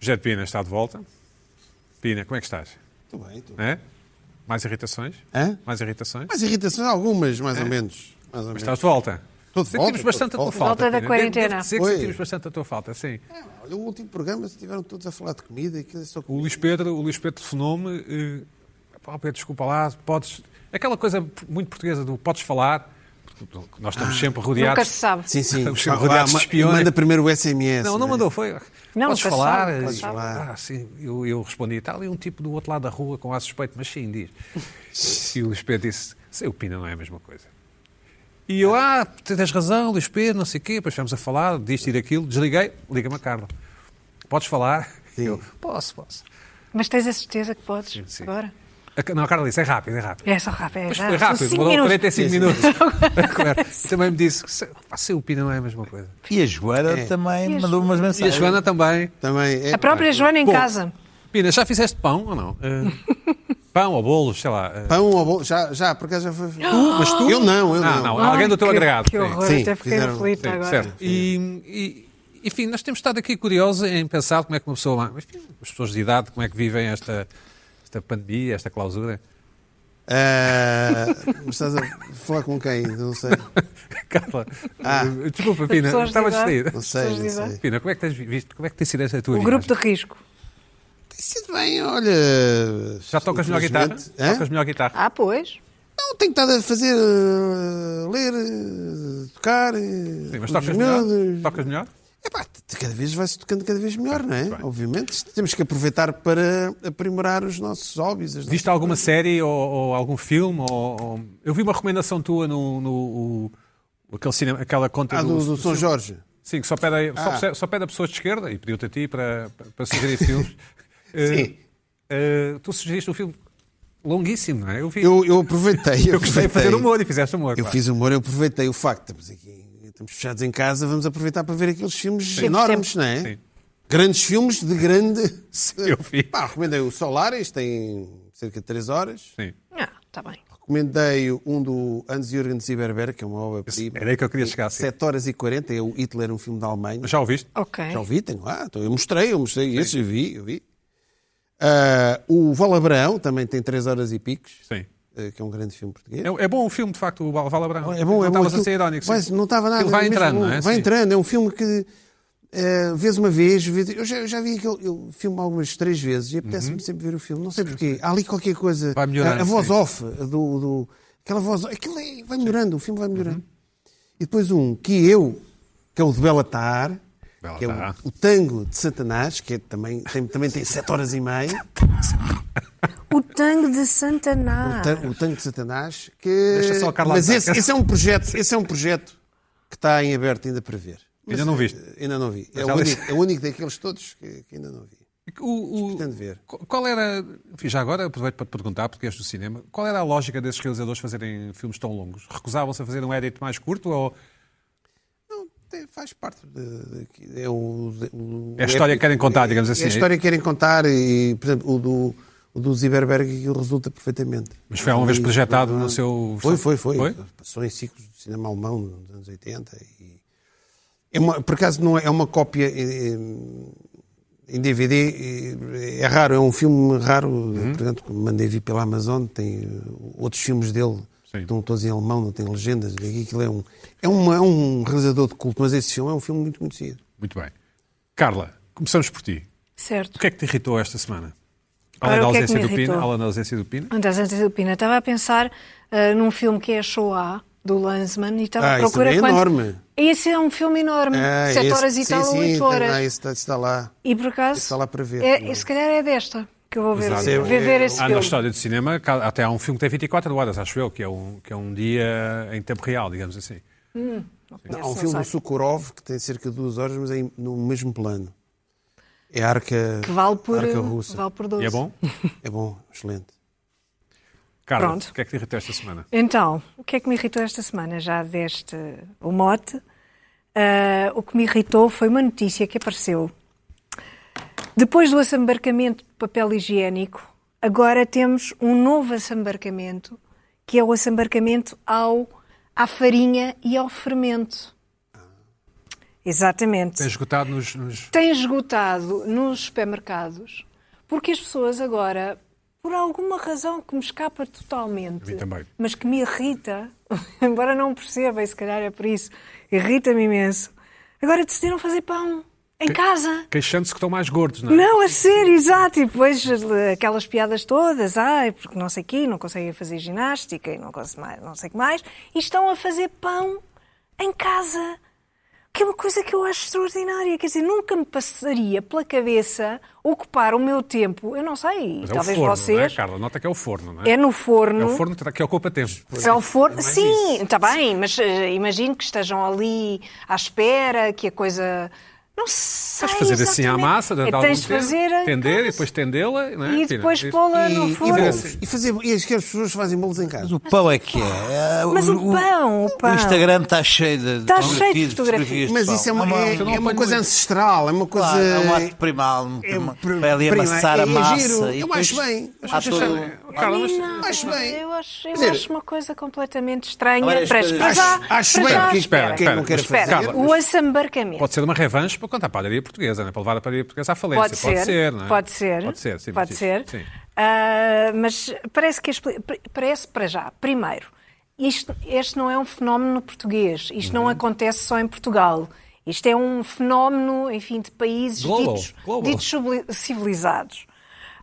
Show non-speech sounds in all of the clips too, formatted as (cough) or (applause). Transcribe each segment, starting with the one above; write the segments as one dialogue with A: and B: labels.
A: José de Pina está de volta. Pina, como é que estás?
B: Estou bem, estou
A: É? Mais irritações?
B: Hã?
A: Mais irritações?
B: Mais irritações algumas, mais ou menos. Mais ou
A: Mas
B: menos.
A: estás de volta.
B: Estou de
A: sentimos
B: volta,
A: bastante a
B: estou
A: tua
B: de
A: falta.
B: volta.
A: Pina.
B: Volta
A: Devo
B: da
A: dizer
C: quarentena.
A: que
B: Oi.
A: sentimos bastante a tua falta, sim.
B: Ah, olha, o último programa estiveram todos a falar de comida e aquilo é só
A: O
B: comida.
A: Luís Pedro, o Luís Pedro telefonou-me. eh, pá, Pedro, desculpa lá, podes. Aquela coisa muito portuguesa do podes falar, porque nós
B: Ah.
A: estamos sempre
C: Nunca
A: rodeados.
C: se sabe.
B: Sim, sim. (laughs)
A: Estamos sempre
B: Ah,
A: rodeados de
B: ma-
A: espiões.
B: Manda primeiro o SMS.
A: Não, não
B: é?
A: mandou, foi.
C: Não,
A: podes
C: nunca se
A: falar?
C: sabe, nunca
A: E-
C: se sabe.
A: Ah, sim, eu, eu respondi e tal. E um tipo do outro lado da rua com ar suspeito, mas sim, diz. E o Luís Pedro disse: Sei, o Pina não é a mesma coisa. E eu, ah, tens razão, Luís Pedro, não sei o quê. Depois estivemos a falar, disto e daquilo. Desliguei, liga-me a Carla. Podes falar?
B: Sim.
A: Eu, posso, posso.
C: Mas tens a certeza que podes
A: sim.
C: agora?
A: A Ca- não, a Carla disse: É rápido, é rápido.
C: É só rápido. É
A: Mas
C: já,
A: foi
C: são
A: rápido,
C: cinco
A: mudou
C: minutos.
A: 45
B: Sim, sim.
A: minutos.
C: (laughs)
A: também me disse, "Se- pá, se o Pina não é a mesma coisa.
D: E a Joana
B: É.
D: também
C: E a
D: mandou umas
A: E a
D: mensagens.
A: Joana também.
B: Também é.
C: A própria Joana em
A: Bom.
C: casa.
A: Pina, já fizeste pão ou não? Eh,
C: (laughs)
A: pão ou bolos, sei lá. eh.
B: Pão ou bolo? Já, já, por acaso já foi.
A: mas tu?
B: Eu não, eu
A: Ah,
B: não.
A: não. Alguém do teu
C: Ai, que-
A: agregado,
C: Que
A: sim.
C: horror,
B: Sim,
C: até fiquei
B: fizeram-
C: aflita
A: Sim,
C: Tá agora.
A: certo. E, e, enfim, nós temos estado aqui curiosos em pensar como é que uma pessoa lá, enfim, as pessoas de idade, como é que vivem esta, esta pandemia, esta clausura. (laughs)
B: Ah, mas estás a falar com quem? Não sei.
A: Carla,
B: Ah.
A: eh, desculpa, Pina,
C: pessoas de
A: estava
C: idade.
A: distraída.
B: Não sei,
C: Pessoas
B: não
C: dizem.
B: sei.
A: Pina, como é que tens visto, como é que tem sido essa tua
C: O
A: vida?
C: grupo de risco.
B: Tem sido bem, olha.
A: Já tocas melhor guitarra?
B: infelizmente. Hã?
A: Tocas melhor guitarra?
C: Ah, pois.
B: Não, tenho estado a fazer. eh, ler, eh, tocar. eh,
A: Sim, mas
B: com
A: tocas
B: os
A: melhor?
B: miúdos.
A: Tocas melhor?
B: Epá, t- cada vez vai-se tocando cada vez melhor, não é?
A: Bem.
B: Obviamente. Temos que aproveitar para aprimorar os nossos hobbies. as
A: Viste
B: nossas-
A: alguma série ou, ou algum filme? Ou, ou- Eu vi uma recomendação tua no, no- o- aquele cinema, aquela conta
B: Ah, do, do São Jorge.
A: Sim, que só pede, a- só,
B: Ah.
A: perce- só pede a pessoas de esquerda e pediu-te a ti para, para, para sugerir
B: (laughs)
A: filmes. É.
B: Sim.
A: Eh, eh, tu sugeriste um filme longuíssimo, não é? Eu vi.
B: Eu, eu aproveitei. Eu,
A: Eu gostei de fazer
B: aproveitei.
A: humor e fizeste humor.
B: Eu
A: claro.
B: fiz humor, eu aproveitei o facto. Estamos aqui, estamos fechados em casa, vamos aproveitar para ver aqueles filmes enormes, não é?
A: Sim.
B: Grandes filmes de grande.
A: (laughs) Eu vi.
B: Pá, recomendei o Solaris, tem cerca de 3 horas.
A: Sim.
C: Ah, está bem.
B: Recomendei um do Hans Jürgen Sieberberg, que é uma obra-prima.
A: Era aí que eu queria chegar. Sim.
B: 7 horas e 40, é o Hitler, um filme da Alemanha.
A: Já ouviste?
C: Ok.
B: Já ouvi, tenho lá. Então, eu mostrei, eu mostrei. Esse eu vi, eu vi. Ah, o Valabrão também tem 3 horas e picos,
A: Sim.
B: eh, que é um grande filme português.
A: É, é bom o filme, de facto, o Val- Vala Branco.
B: É
A: Então,
B: bom,
A: não
B: é bom.
A: estavas a
B: aquilo-
A: ser irónico. sim.
B: Mas não estava nada.
A: Aquilo vai
B: é mesmo
A: entrando,
B: bom,
A: não é?
B: Vai
A: Sim.
B: entrando. É um filme que eh, vês uma vez, vês- eu, já, eu já vi aquele eu filme algumas três vezes e apetece-me sempre ver o filme. Não sei porquê. Há ali qualquer coisa.
A: Uhum. Vai melhorando,
B: A, a voz
A: sim.
B: off do, do- Aquela voz. Aquilo é- vai melhorando, o filme vai melhorando.
A: Uhum.
B: E depois um que eu, que é o de Belatar. Que é
A: Belatar.
B: o, o tango de Satanás, que é também, tem, também tem 7 horas e meia.
C: O tango de
B: O,
C: Santaná.
B: tan- o tanque de Satanás. Que...
A: Deixa só a Carla
B: Mas
A: andar.
B: esse, esse é um projeto, esse é um projeto que está em aberto ainda para ver. Mas,
A: Ainda não viste?
B: eh, Ainda não vi.
A: Mas
B: É o,
A: já
B: único,
A: leste?
B: é o único daqueles todos que, que ainda não vi.
A: O- o-
B: Pretendo ver.
A: qu- Qual era, enfim, já agora aproveito para te perguntar, porque és do cinema, qual era a lógica desses realizadores fazerem filmes tão longos? Recusavam-se a fazer um edit mais curto ou
B: Não, tem- faz parte de, de- é, o- de- o-
A: é a história que querem contar, digamos assim?
B: É a história que querem contar e, por exemplo, o do, o do Ziberberg aquilo resulta perfeitamente.
A: Mas foi alguma vez
B: E- ah,
A: projetado no seu-
B: Foi, foi, foi,
A: Foi?
B: Passou em ciclos de cinema alemão nos anos 80 e... É uma, por acaso não é, é uma cópia eh, eh, em DVD, eh, é raro, é um filme raro, portanto, mandei vir pela Amazon, tem eh, outros filmes dele,
A: Sim.
B: estão todos em alemão, não tem legendas, aquilo é um, é, uma, é um realizador de culto, mas esse filme é um filme muito conhecido.
A: Muito bem. Carla, começamos por ti.
C: Certo.
A: O que é que te irritou esta semana? Além
C: Ora,
A: da
C: o que é que
A: ausência
C: me
A: do Pina,
C: irritou?
A: além da ausência do Pina.
C: Então, Antes antes do Pina, estava a pensar ah, num filme que é Shoah, do Lanzmann, e estava
B: Ah,
C: à
B: esse
C: procura
B: também é
C: quanto-
B: enorme.
C: Esse é um filme enorme.
B: Ah,
C: sete
B: esse-
C: horas e
B: sim,
C: tal,
B: sim,
C: oito
B: tem- Ah,
C: horas.
B: esse está, está lá.
C: E por acaso.
B: Está lá para ver
C: é-
B: também.
C: se calhar é desta que eu vou ver,
A: Exato. É Ah,
C: ver, ver esse
A: Há na
C: filme.
A: história do cinema, cá- até há um filme que tem 24 horas, acho eu, que é um, que é um dia em tempo real, digamos assim.
B: Há um filme do Sokurov que tem cerca de duas horas, mas é em- no mesmo plano. É a arca,
C: que vale por,
B: arca russa.
C: vale por 12.
A: E é bom?
B: É bom, excelente.
A: Carla,
C: Pronto.
A: o que é que te irritou esta semana?
C: Então, o que é que me irritou esta semana? Já deste o mote. Ah, o que me irritou foi uma notícia que apareceu. Depois do assambarcamento de papel higiênico, agora temos um novo assambarcamento, que é o assambarcamento ao, à farinha e ao fermento. Exatamente.
A: Tem esgotado nos. nos-
C: tem esgotado nos supermercados porque as pessoas agora, por alguma razão que me escapa totalmente,
A: A mim também.
C: mas que me irrita, (laughs) embora não perceba, e se calhar é por isso, irrita-me imenso, agora decidiram fazer pão em casa.
A: Queixando-se que estão mais gordos, não é?
C: Não, a sério, exato. E depois eh, aquelas piadas todas, ai, porque não sei quê, não conseguem fazer ginástica e não, conse- mais- não sei o que mais, e estão a fazer pão em casa. Que é uma coisa que eu acho extraordinária. Quer dizer, nunca me passaria pela cabeça ocupar o meu tempo, eu não sei,
A: Mas é o
C: talvez
A: forno, não é,
C: vocês.
A: Carla? Nota que é o forno, não é?
C: É no forno.
A: É o forno que, que ocupa tempo.
C: É o forno,
B: É mais
C: sim,
B: isso.
C: está bem, mas eh, imagino que estejam ali à espera, que a coisa. Não sei.
A: Tens de fazer assim à
C: exatamente.
A: massa,
C: É,
A: durante algum
C: tens de
A: tempo,
C: fazer. em
A: tender e
C: casa.
A: depois tendê-la, não é?
C: E depois pô-la no
B: E-
C: forno.
B: E, bolos. e fazer e as que as pessoas fazem bolos em casa.
D: O pão é que é. É,
C: Mas o pão, o pão.
D: Instagram está cheio de
C: Está cheio de
D: fotografias
C: fotografias.
B: Mas
D: pão.
B: isso é uma, é,
A: eu não
B: é uma
A: apanho
B: coisa
A: muito.
B: ancestral, é uma coisa.
D: Claro, é um ato primal, um-
B: é um pr-
D: vai ali
B: prima-
D: amassar
B: é
D: a massa.
B: giro.
D: e
B: Eu
D: depois
B: acho bem.
D: há
B: Acho
D: todo- um-
B: bastante-
A: Carla, mas-
C: Não,
B: acho bem.
C: Eu acho, eu
B: Quer dizer,
C: acho uma coisa completamente estranha. Para,
D: várias
C: para,
D: coisas.
C: já,
B: Acho- acho
C: para
B: bem
C: já,
B: que-
C: espera,
B: quem não quer
C: espera.
A: fazer-
C: o assambarcamento.
A: Pode ser uma revanche para contra a padaria portuguesa, não é? para levar a padaria portuguesa à falência.
C: Pode ser,
A: não é?
C: pode ser,
A: Pode ser, sim.
C: pode
A: sim,
C: ser.
A: sim.
C: Ah, mas parece que expli- pre- parece para já. Primeiro, isto, este não é um fenómeno português. Isto não acontece só em Portugal. Isto é um fenómeno, enfim, de países
A: Global,
C: ditos,
A: global.
C: ditos subli- civilizados.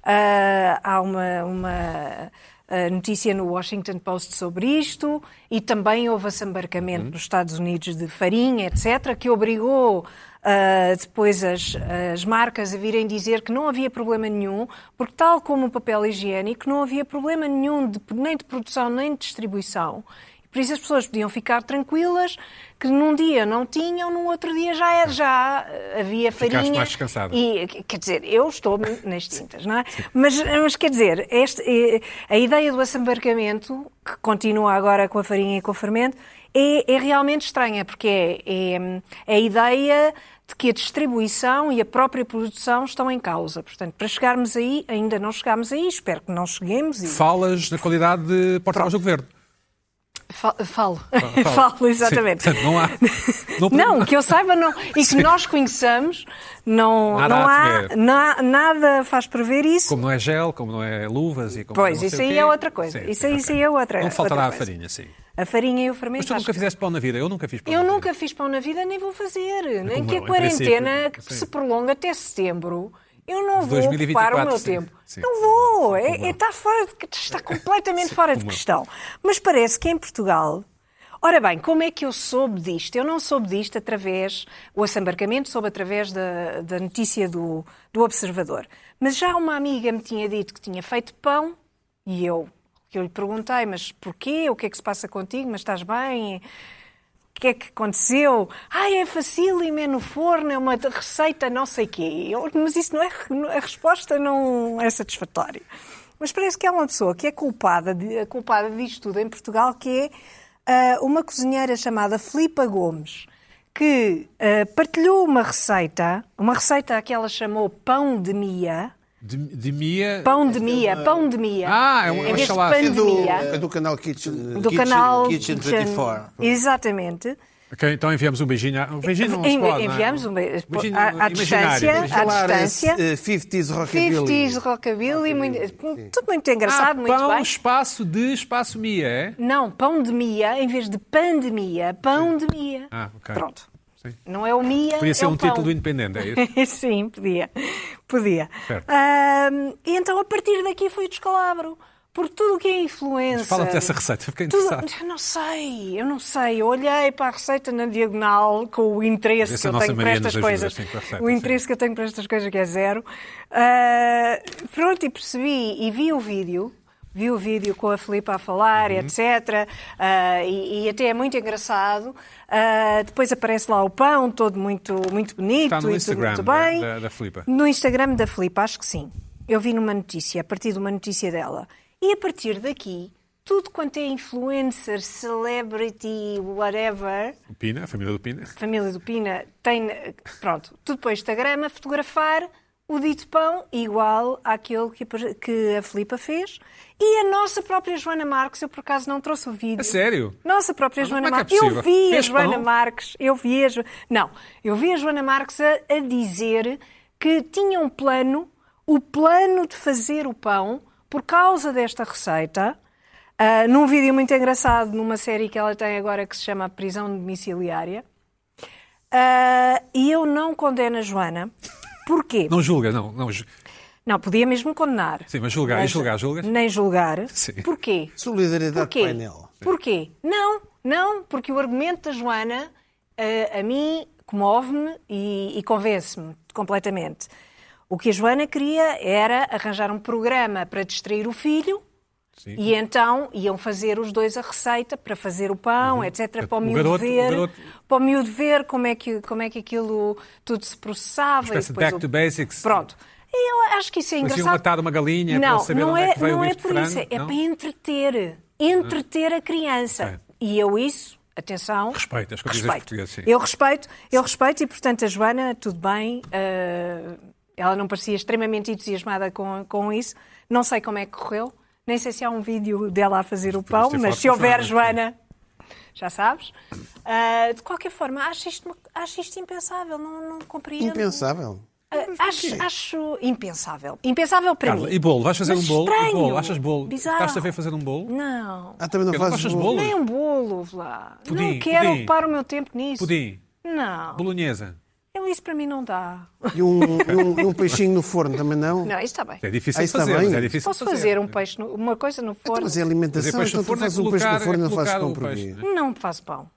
C: Ah, há uma, uma, ah, notícia no Washington Post sobre isto e também houve assambarcamento
A: Hum?
C: nos Estados Unidos de farinha, etc., que obrigou ah, depois as, as marcas a virem dizer que não havia problema nenhum, porque tal como o papel higiênico, não havia problema nenhum de- nem de produção nem de distribuição. Por isso as pessoas podiam ficar tranquilas que num dia não tinham, no outro dia já, era, já ah, havia
A: Ficaste
C: farinha.
A: mais descansada.
C: e- e, quer dizer, eu estou nas tintas, não é? Mas, mas quer dizer, este, eh, a ideia do assambarcamento, que continua agora com a farinha e com o fermento, é, é realmente estranha, porque é, é, hum, a ideia de que a distribuição e a própria produção estão em causa. Portanto, para chegarmos aí, ainda não chegámos aí, espero que não cheguemos. E...
A: Falas na qualidade de porta-voz do governo.
C: Fa- (laughs) Falo,
A: Fala.
C: (laughs) falo, exatamente.
A: Sim, portanto, não
C: (laughs)
A: há. Não,
C: Não, que eu saiba não. E que nós conheçamos, não,
A: Nada
C: não,
A: há a
C: há,
A: prever.
C: não há- nada faz prever isso.
A: Como não é gel, como não é luvas e como não
C: Pois,
A: sei
C: isso
A: o
C: aí
A: quê.
C: é outra coisa.
A: Sim,
C: Isso aí-
A: ok.
C: isso aí é outra-
A: Não faltará
C: outra
A: a
C: coisa.
A: farinha, sim.
C: A farinha e o fermento.
A: Mas tu
C: acho
A: nunca
C: que-
A: fizeste pão na vida, eu nunca fiz pão
C: Eu
A: na
C: nunca
A: vida.
C: fiz pão na vida, nem vou fazer.
A: É
C: Nem
A: como
C: que a
A: não, em
C: quarentena
A: princípio,
C: que
A: sim.
C: se prolonga até setembro. Eu não vou
A: 2024,
C: ocupar o meu
A: sim,
C: tempo.
A: sim.
C: Não vou. É-
A: Como
C: é-
A: não.
C: está, fora de-
A: (laughs)
C: está completamente fora de questão. Mas parece que em Portugal. Ora bem, como é que eu soube disto? Eu não soube disto através. O assambarcamento soube através da, da notícia do, do Observador. Mas já uma amiga me tinha dito que tinha feito pão e eu. que Eu lhe perguntei, mas porquê? O que é que se passa contigo? Mas estás bem? o que é que aconteceu? Ai, é facílimo, é no forno, é uma receita não sei quê. Eu, mas isso não é, a resposta não é satisfatória. Mas parece que há uma pessoa que é culpada, de, a culpada disto tudo em Portugal, que é ah, uma cozinheira chamada Filipa Gomes, que ah, partilhou uma receita, uma receita a que ela chamou pão de mia,
A: De, de Mia.
C: pão de mia, pão de mia.
A: Ah, é um- é
C: Em
A: um
C: vez de
A: chalado.
B: É do,
C: pandemia,
B: é do canal Kitchen.
C: do canal...
D: Kitchen 24.
C: Exatamente.
A: Ok, então enviamos um beijinho. à- Um beijinho não se
C: Envi-
A: pode, não é?
C: enviamos um beijo
A: Beijinho
C: à, à
A: imaginário. um
C: distância,
A: Beijinho.
C: à
B: Falar, eh,
C: distância.
B: eh, 50s Rockabilly.
C: 50s, rockabilly, muito, tudo muito
A: Ah,
C: engraçado, muito
A: pão,
C: bem.
A: espaço de espaço Mia, é?
C: Não, pão de mia em vez de pandemia, pão de mia.
A: Ah, ok.
C: Pronto.
A: Sim.
C: Não é o mia,
A: Podia ser
C: é
A: um
C: o pão.
A: título do Independente,
C: (laughs)
A: é isso?
C: Sim, podia. Podia.
A: Certo.
C: Ahm, e então, a partir daqui foi o descalabro. Por tudo o que é influência.
A: Mas fala-me dessa receita, é fiquei
C: Tudo-
A: interessado.
C: Eu não sei, eu não sei. Eu olhei para a receita na diagonal com o interesse
A: Vê se a
C: que eu
A: nossa
C: tenho para
A: Maria
C: estas
A: nos ajuda,
C: coisas.
A: sim, com a receita,
C: o interesse que eu tenho para estas coisas que é zero. Ah, pronto, e percebi e vi o vídeo. Vi o vídeo com a Filipe a falar,
A: Uhum.
C: etc. ah, e, e até é muito engraçado. Ah, depois aparece lá o pão, todo muito, muito bonito
A: Está no
C: e tudo
A: Instagram
C: muito
A: da-
C: bem.
A: da- da Filipa.
C: No Instagram da Filipe, acho que sim. Eu vi numa notícia, a partir de uma notícia dela. E a partir daqui, tudo quanto é influencer, celebrity, whatever,
A: O Pina, a família do Pina.
C: família do Pina, tem. Pronto, tudo para o Instagram a fotografar o dito pão igual àquele que, apre- que a Filipa fez e a nossa própria Joana Marques, eu por acaso não trouxe o vídeo.
A: A sério?
C: Nossa própria
A: Mas
C: Joana
A: como é que
C: Marques.
A: é
C: eu
A: possível?
C: vi a
A: Fez
C: Joana
A: pão?
C: Marques, eu vi a Jo- Não, eu vi a Joana Marques a, a dizer que tinha um plano, o plano de fazer o pão por causa desta receita. ah, num vídeo muito engraçado, numa série que ela tem agora que se chama Prisão Domiciliária. Ah, e eu não condeno a Joana. Porquê?
A: Não julga, não. não ju-
C: Não, podia mesmo condenar.
A: Sim, mas julgar, e julgar, julgas?
C: Nem julgar.
A: Sim.
C: Porquê?
B: Solidariedade
C: Porquê?
B: painel.
C: Porquê? Não, não, porque o argumento da Joana eh, a mim comove-me e, e convence-me completamente. O que a Joana queria era arranjar um programa para distrair o filho
A: Sim.
C: e então iam fazer os dois a receita para fazer o pão, etc. Para o
A: O
C: miúdo
A: Uhum. um garoto- o
C: ver,
A: garoto-
C: para o miúdo ver como é que como é que aquilo tudo se processava.
A: Uma espécie de
C: e depois
A: back
C: o-
A: to basics.
C: Pronto. E Eu acho que isso é
A: Mas iam
C: engraçado.
A: matar uma galinha para
C: não,
A: saber
C: não
A: onde é
C: é,
A: que veio
C: não
A: o
C: é
A: bife
C: por
A: de
C: isso, é
A: frango, não? Hum.
C: para entreter, entreter a criança. E eu isso, atenção,
A: Respeito, é as coisas portuguesas, sim.
C: Eu respeito, eu respeito e portanto a Joana, tudo bem, eh, ela não parecia extremamente entusiasmada com, com isso. Não sei como é que correu, nem sei se há um vídeo dela a fazer o pão,
A: podemos ter falado
C: mas se
A: com a
C: houver,
A: Joana,
C: Joana, já sabes. Ah, de qualquer forma, acho isto, uma- acho isto impensável, não, não compreendo.
B: Impensável.
C: Ah, acho, acho impensável. Impensável para
A: Carla,
C: mim.
A: e bolo? Vais fazer
C: Mas
A: um bolo?
C: Estranho,
A: E bolo? Achas bolo?
C: Bizarro.
A: Estás a ver fazer um bolo?
C: Não.
B: Ah, também não
A: Eu não
B: fazes
A: gosto de
B: bolo.
A: bolo.
C: Nem um bolo, Vlá.
A: Pudim,
C: não quero
A: pudim.
C: ocupar o meu tempo nisso.
A: Pudim,
C: Não.
A: bolonhesa.
C: Eu, isso para mim não dá.
B: E um, e um- e um peixinho no forno também não.
C: Não, isto está bem.
A: É difícil
B: Ah,
A: de
B: isso
A: fazer,
B: está bem.
A: mas é difícil de
C: Posso fazer um peixe, no- uma coisa no
B: né? Então,
C: forno?
B: mas é
A: Fazer
B: alimentação,
A: peixe no
B: então tu
A: forno é
B: fazes um peixe no
A: colocar-
B: forno e não
A: é
B: fazes
A: colocar
B: pão
A: o
B: por
A: peixe,
B: dia.
A: né?
C: Não faço pão.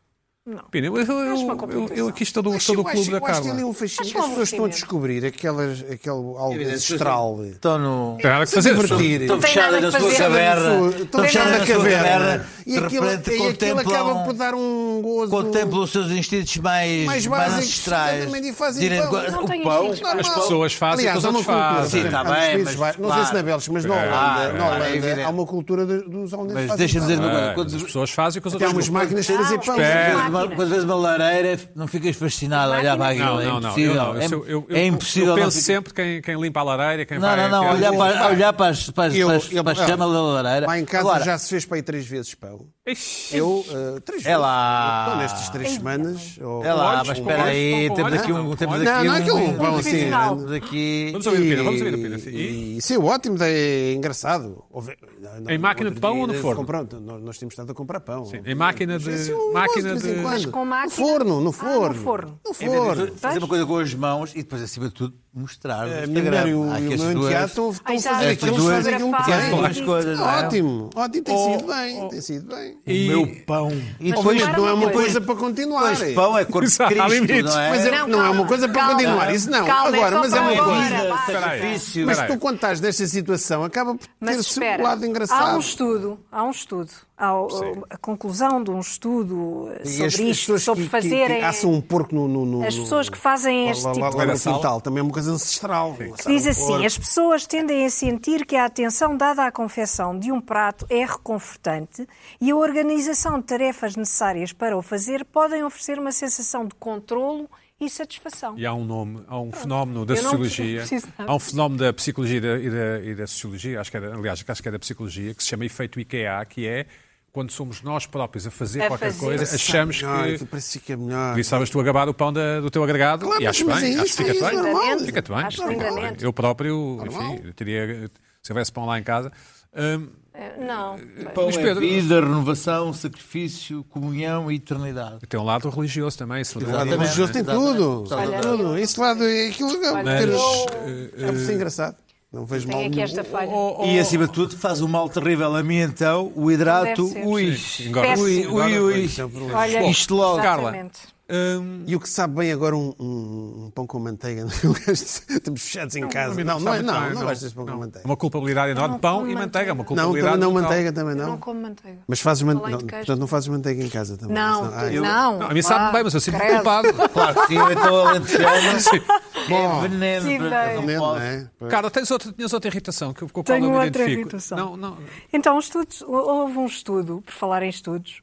C: Não.
A: Pina, eu, eu,
C: Acho uma
A: eu, eu, eu
C: complicação.
A: aqui estou do, estou do
B: Eu acho-
A: clube da
B: eu acho que ali é
A: Carla.
B: um feixinho.
C: Acho
B: As
C: um
B: pessoas estão a
C: aborrecimento.
B: descobrir aquelas, aquele algo ancestral.
D: Estão no.
B: É.
A: Tem nada que fazer.
B: divertir.
D: Estão
C: Não tem nada
D: fechadas
C: que
D: na sua
C: fazer.
D: caverna.
B: Estão fechados na
D: sua
B: caverna. E
D: De
B: aquilo, é-
D: repente
B: e aquilo acaba por
D: contemplam.
B: dar um gozo.
D: Contemplam os seus instintos mais,
B: Mais
D: mais,
B: básicos,
D: ancestrais.
B: exatamente, e fazem
D: Direm-
B: pão.
D: o
C: Não tenho
D: pão.
C: instintos
A: As
C: básicos.
A: pessoas fazem,
B: Aliás,
A: os
B: há uma
A: outros
B: cultura.
A: fazem.
D: Sim, está
B: Há nos
D: bem,
B: países
D: mas
B: vai- Não sei se
D: claro.
B: na Bélgica, mas na Holanda,
D: Claro,
B: na Holanda
D: é evidente.
B: há uma cultura de- dos holandeses.
D: Mas
B: fazem
D: deixa-me dizer
B: pão.
D: uma
A: Ah,
D: coisa.
A: mas As
D: Quando-
A: pessoas fazem o que os
B: Tem
A: outros
B: umas
A: não fazem.
B: máquinas de fazer
C: Ah,
B: pão.
C: espera.
D: Quando vês uma- Quando vês uma lareira, não ficas fascinado a olhar para aquilo.
A: Não,
D: é
A: não, não.
D: impossível.
A: eu não, eu
D: É-
A: sou- eu- eu-
D: é impossível.
A: Eu
D: não
A: penso
D: ficar-
A: sempre quem, quem limpa a lareira, quem
D: Não,
A: vai.
D: não, não.
A: até- Ah,
D: Olhar para,
B: vai.
D: olhar para as, para as,
B: Eu-
D: para as,
B: eu-
D: para as chamas da lareira.
B: Lá em casa
D: Agora,
B: já se fez para aí três vezes pão.
A: Ixi,
B: Eu, eh, três
D: É lá.
B: vezes. Então, nestas três semanas. ou-
D: É lá,
A: olhos,
D: mas
A: com
D: espera
A: olhos,
D: aí,
A: com
D: temos
A: olhos,
D: aqui um.
A: não,
D: Temos
A: com
D: aqui
B: olhos. Não, não é
D: um-
B: aquilo, vão
D: um-
B: assim,
D: temos
C: grande.
D: aqui.
A: Vamos ouvir o Pina, vamos ouvir o Pina. sim. E-
B: E isso é ótimo, é engraçado. Houve- no-
A: Em máquina de
B: outro
A: pão
B: dia
A: ou no forno?
B: compramos- nós, nós temos estado a comprar pão.
A: Em máquina de.
B: Isso é um
A: Máquina
B: gosto, de vez
A: de.
B: em
A: É
B: quando.
C: com máquina?
B: No forno, no
C: Ah,
B: forno.
C: no forno.
B: No
D: Em vez de
B: forno. É,
D: Fazer uma coisa com as mãos e depois, acima de tudo, mostrar. no
B: A minha
D: Instagram.
B: mulher e o,
D: Há aqui
B: e o
D: as
B: meu
D: duas-
B: enteado estão, estão a
C: Ai, já
B: fazer
D: estas
B: aquilo, eles
D: duas-
B: fazem aquilo
D: que as
B: muito
C: fotografar.
B: bem.
D: duas coisas. não é?
B: Ótimo, ótimo, tem
A: Oh,
B: sido bem, tem sido bem.
D: O meu pão. E depois
B: Obviamente
C: repara
B: não é
C: uma
B: uma
C: coisa.
B: coisa para continuar.
D: Pois, pão é corpo de
A: Isso há
D: Cristo,
A: limites.
D: não é?
B: Mas é- não é
C: calma,
B: uma coisa para
C: calma.
B: continuar, isso não.
C: Calma,
B: Agora,
C: só
B: mas
C: para
B: é uma
C: agora,
B: coisa.
C: vai.
A: Espera aí.
D: sacrifício.
B: Mas
A: Espera
B: tu,
A: aí.
B: quando estás nesta situação, acaba por
C: Mas
B: ter-se
C: espera,
B: um lado
C: há um
B: engraçado.
C: estudo, há um estudo, há o- a conclusão de um estudo eh,
B: E as-
C: sobre
B: as
C: isto,
B: pessoas
C: sobre
B: que- que- que
C: fazerem...
B: assam um porco no. no- no-
C: As
B: no-
C: pessoas que fazem
B: lá-
C: este
B: lá-
C: tipo
B: lá-
C: de
B: lá no
A: Leva sal.
B: quintal, também é uma coisa ancestral.
C: Que diz assim: as pessoas tendem a sentir que a atenção dada à confecção de um prato é reconfortante e a organização de tarefas necessárias para o fazer podem oferecer uma sensação de controlo e satisfação.
A: E há um nome, há um fenómeno da
C: Eu não
A: sociologia,
C: preciso nada.
A: há um fenómeno da psicologia e da, e da- e da sociologia, acho que era, aliás, acho que é da psicologia, que se chama efeito IKEA, que é quando somos nós próprios a fazer
C: A
A: qualquer
C: fazer.
A: coisa,
C: Parece
A: achamos
B: Melhor,
A: que.
B: aquilo parece que é melhor.
A: Por isso sabes tu acabar o pão da- do teu agregado
B: Claro,
A: e
B: mas-
A: acho
B: mas
A: bem,
B: é
A: acho
B: isso,
A: que
B: é
A: fica-te
B: isso,
A: bem.
B: normal. é
A: Fica-te bem.
C: Acho
A: fica-te bem.
C: lindamente.
A: Eu próprio, enfim,
B: Normal.
A: eu teria, se houvesse pão lá em casa. hum,
C: Eh, Não.
D: Pão
A: Mas,
D: é
A: Pedro-
D: vida, renovação, sacrifício, comunhão e eternidade.
A: tem um lado religioso também, se
B: Ah,
A: lado
D: Exatamente.
B: mas eles têm
D: Exatamente.
B: tudo.
D: Olha,
B: tudo. Esse lado é aquilo que é
D: eh,
A: eh,
B: é por ser engraçado. Não vejo mal
A: oh,
C: Tem aqui
B: nenhum.
C: esta falha.
D: E acima de tudo faz um mal terrível a mim então, o hidrato,
C: Deve ser.
D: ui,
A: Sim, engorda.
D: ui, ui,
A: Engorda,
D: ui.
B: Esse é o problema.
C: Olha,
D: Isto logo.
A: oh, Carla.
C: exatamente.
A: hum,
B: E o que sabe bem agora um, um- um pão com manteiga? (laughs) Estamos fechados em casa. Não, não, é- não, não, gosto desse pão com manteiga.
A: Uma culpabilidade enorme. Pão
C: como
A: e manteiga.
C: manteiga.
A: Uma
B: Não, também
A: culpabilidade
B: não
A: brutal.
B: manteiga também
C: Eu não
B: não.
C: como manteiga.
B: Mas fazes
C: Além
B: manteiga.
C: de queijo.
B: Portanto, não fazes manteiga em casa também.
C: Não,
B: senão- Ah,
C: tu não.
A: Não, a mim sabe
C: Ah,
A: bem, mas eu sinto-me
C: credo. (laughs)
A: culpado.
D: Claro que sim, eu estou alentejano. É
C: Que
D: veneno.
C: ideia.
D: Eu não
B: veneno,
D: posso.
B: não é? Pois.
A: Cara, tens outra, tinhas outra irritação que, com a qual
C: Tenho
A: eu me
C: outra
A: identifico.
C: irritação.
A: Não, não.
C: Então, os estudos- houve um estudo, por falar em estudos,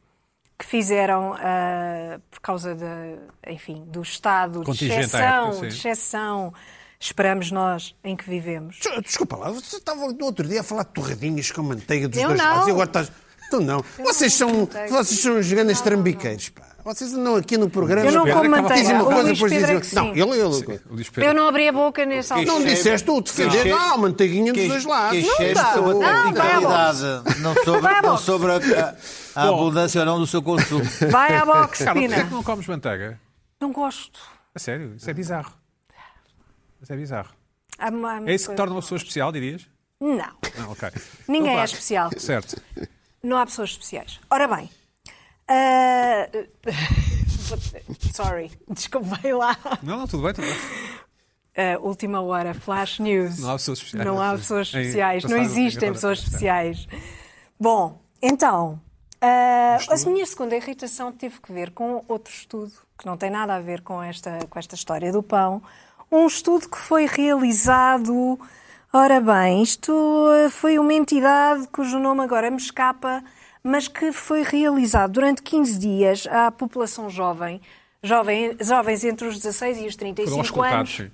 C: que fizeram ah, por causa da, enfim, do estado de
A: Contingente à
C: exceção,
A: época, sim.
C: de exceção esperamos nós em que vivemos.
B: Des- Desculpa lá, você estava no outro dia a falar de torradinhas com manteiga dos
C: Eu
B: dois
C: não.
B: lados e agora estás. Tu não. Vocês
C: não como
B: são,
C: manteiga.
B: vocês são os grandes trambiqueiros, pá. Vocês andam aqui no programa.
C: Eu não
A: Pedro
C: como
A: acaba-
C: manteiga.
B: Dizem uma
C: O
B: coisa,
C: Luís
B: depois
C: Pedro
B: dizem
C: é que
B: outra. Não,
C: sim.
B: ele, ele.
A: O Luís Pedro-
C: Eu não abri a boca nessa
B: Não
C: altura.
D: Quem
B: disseste tu defender.
D: Quem
B: Não, manteiguinha dos
D: Que-
B: dois lados.
D: que
B: Não
D: chefe
B: dá.
D: sobre a
C: Não, vai à
D: tecnicalidade, não sobre,
C: Vai à
D: não
C: boxe.
D: sobre a, a abundância ou não do seu consumo.
A: é-
C: Vai à boxe,
A: Carla, porquê é
C: Pina.
A: que não comes manteiga?
C: Não gosto.
A: A sério, isso é bizarro. Isso é bizarro.
C: Há- há-
A: É isso que torna uma pessoa especial, dirias?
C: Não.
A: Não, ok.
C: Ninguém
A: Então,
C: é
A: vá.
C: especial.
A: Certo.
C: Não há pessoas especiais. Ora bem. ah, (laughs) Sorry, desculpem lá.
A: Não, não, tudo bem, tudo bem.
C: Ah, última hora, Flash News.
A: Não há pessoas especiais.
C: Não há pessoas
A: Em-
C: especiais. Não
A: passaram-
C: existem
A: agora-
C: pessoas especiais. Bom, então, ah, a minha segunda irritação teve que ver com outro estudo que não tem nada a ver com esta, com esta história do pão. Um estudo que foi realizado. Ora bem, isto ah, foi uma entidade cujo nome agora me escapa, mas que foi realizado durante 15 dias à população jovem, jovem jovens entre os 16 e os 35
A: Foram
C: anos
A: escutados, sim.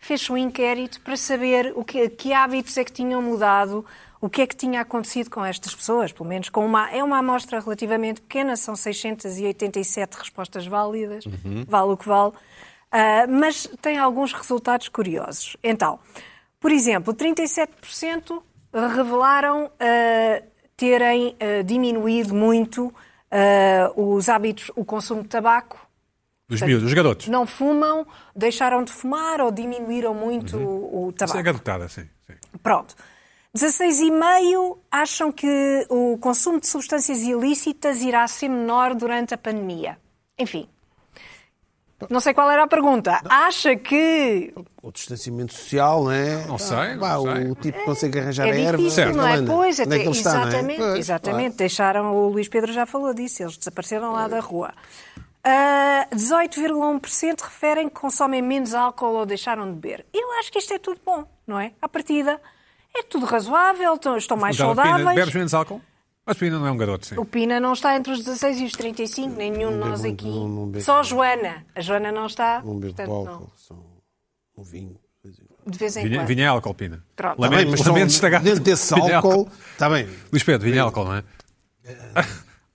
C: fez um inquérito para saber o que, que hábitos é que tinham mudado, o que é que tinha acontecido com estas pessoas, pelo menos com uma é uma amostra relativamente pequena, são 687 respostas válidas, vale o que vale, ah, mas tem alguns resultados curiosos. Então, por exemplo, 37% revelaram ah, terem ah, diminuído muito ah, os hábitos, o consumo de tabaco,
A: Os miúdos, os garotos.
C: não fumam, deixaram de fumar ou diminuíram muito o, o
A: Isso é
C: tabaco.
A: garotada, sim. sim.
C: Pronto. 16,5% acham que o consumo de substâncias ilícitas irá ser menor durante a pandemia. Enfim. Não sei qual era a pergunta. Acha que
B: O distanciamento social, não é?
A: Não sei, não
B: Pá,
A: sei.
B: O tipo que consegue arranjar
C: é
B: a erva.
C: difícil,
A: Certo.
C: não é?
B: anda.
C: Pois,
B: Onde é
C: até,
B: que ele está, não é?
C: exatamente,
B: Pois,
C: exatamente. Deixaram, o Luís Pedro já falou disso, eles desapareceram lá da rua. Ah, 18,1% referem que consomem menos álcool ou deixaram de beber. Eu acho que isto é tudo bom, não é? À partida, é tudo razoável, estão- estão mais
A: Então, Pina,
C: saudáveis.
A: bebes menos álcool? Mas Pina não é um garoto, sim.
C: O Pina não está entre os 16 e os 35, nem nenhum de nós
B: bebo,
C: aqui.
B: não- não bebo.
C: Só a Joana. A Joana não está,
B: Não bebo
C: portanto, não.
B: um álcool, só um vinho.
C: de vez em
A: Vinha,
C: quando.
A: vinha é álcool, Pina.
C: Pronto.
B: Está bem,
A: Lamento,
B: mas só
A: lamento estragar.
B: dentro desse
A: Vinha é
B: álcool. Está bem.
A: Luís Pedro, vinha é álcool, não é?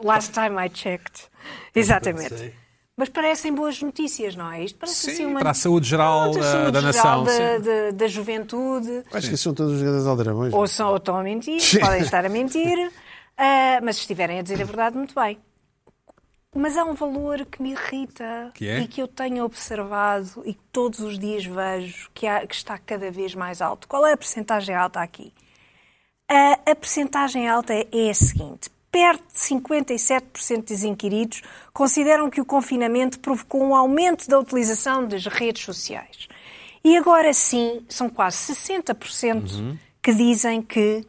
C: Last time I checked. Exatamente. Mas parecem boas notícias, não é? Isto parece
A: Sim,
C: assim uma...
A: para a saúde geral
C: Pronto, a
A: da-
C: saúde
A: da nação,
C: geral Da,
A: sim.
C: da- da juventude.
B: Acho que são todos os grandes aldrabões.
C: Ou, são, ou estão a mentir, podem estar a mentir.
A: (laughs)
C: ah, mas se estiverem a dizer a verdade, muito bem. Mas há um valor que me irrita
A: Que é?
C: e que eu tenho observado e que todos os dias vejo que, há- que está cada vez mais alto. Qual é a percentagem alta aqui? A, a percentagem alta é a seguinte: perto de 57% dos inquiridos consideram que o confinamento provocou um aumento da utilização das redes sociais. E agora sim, são quase 60% que dizem que.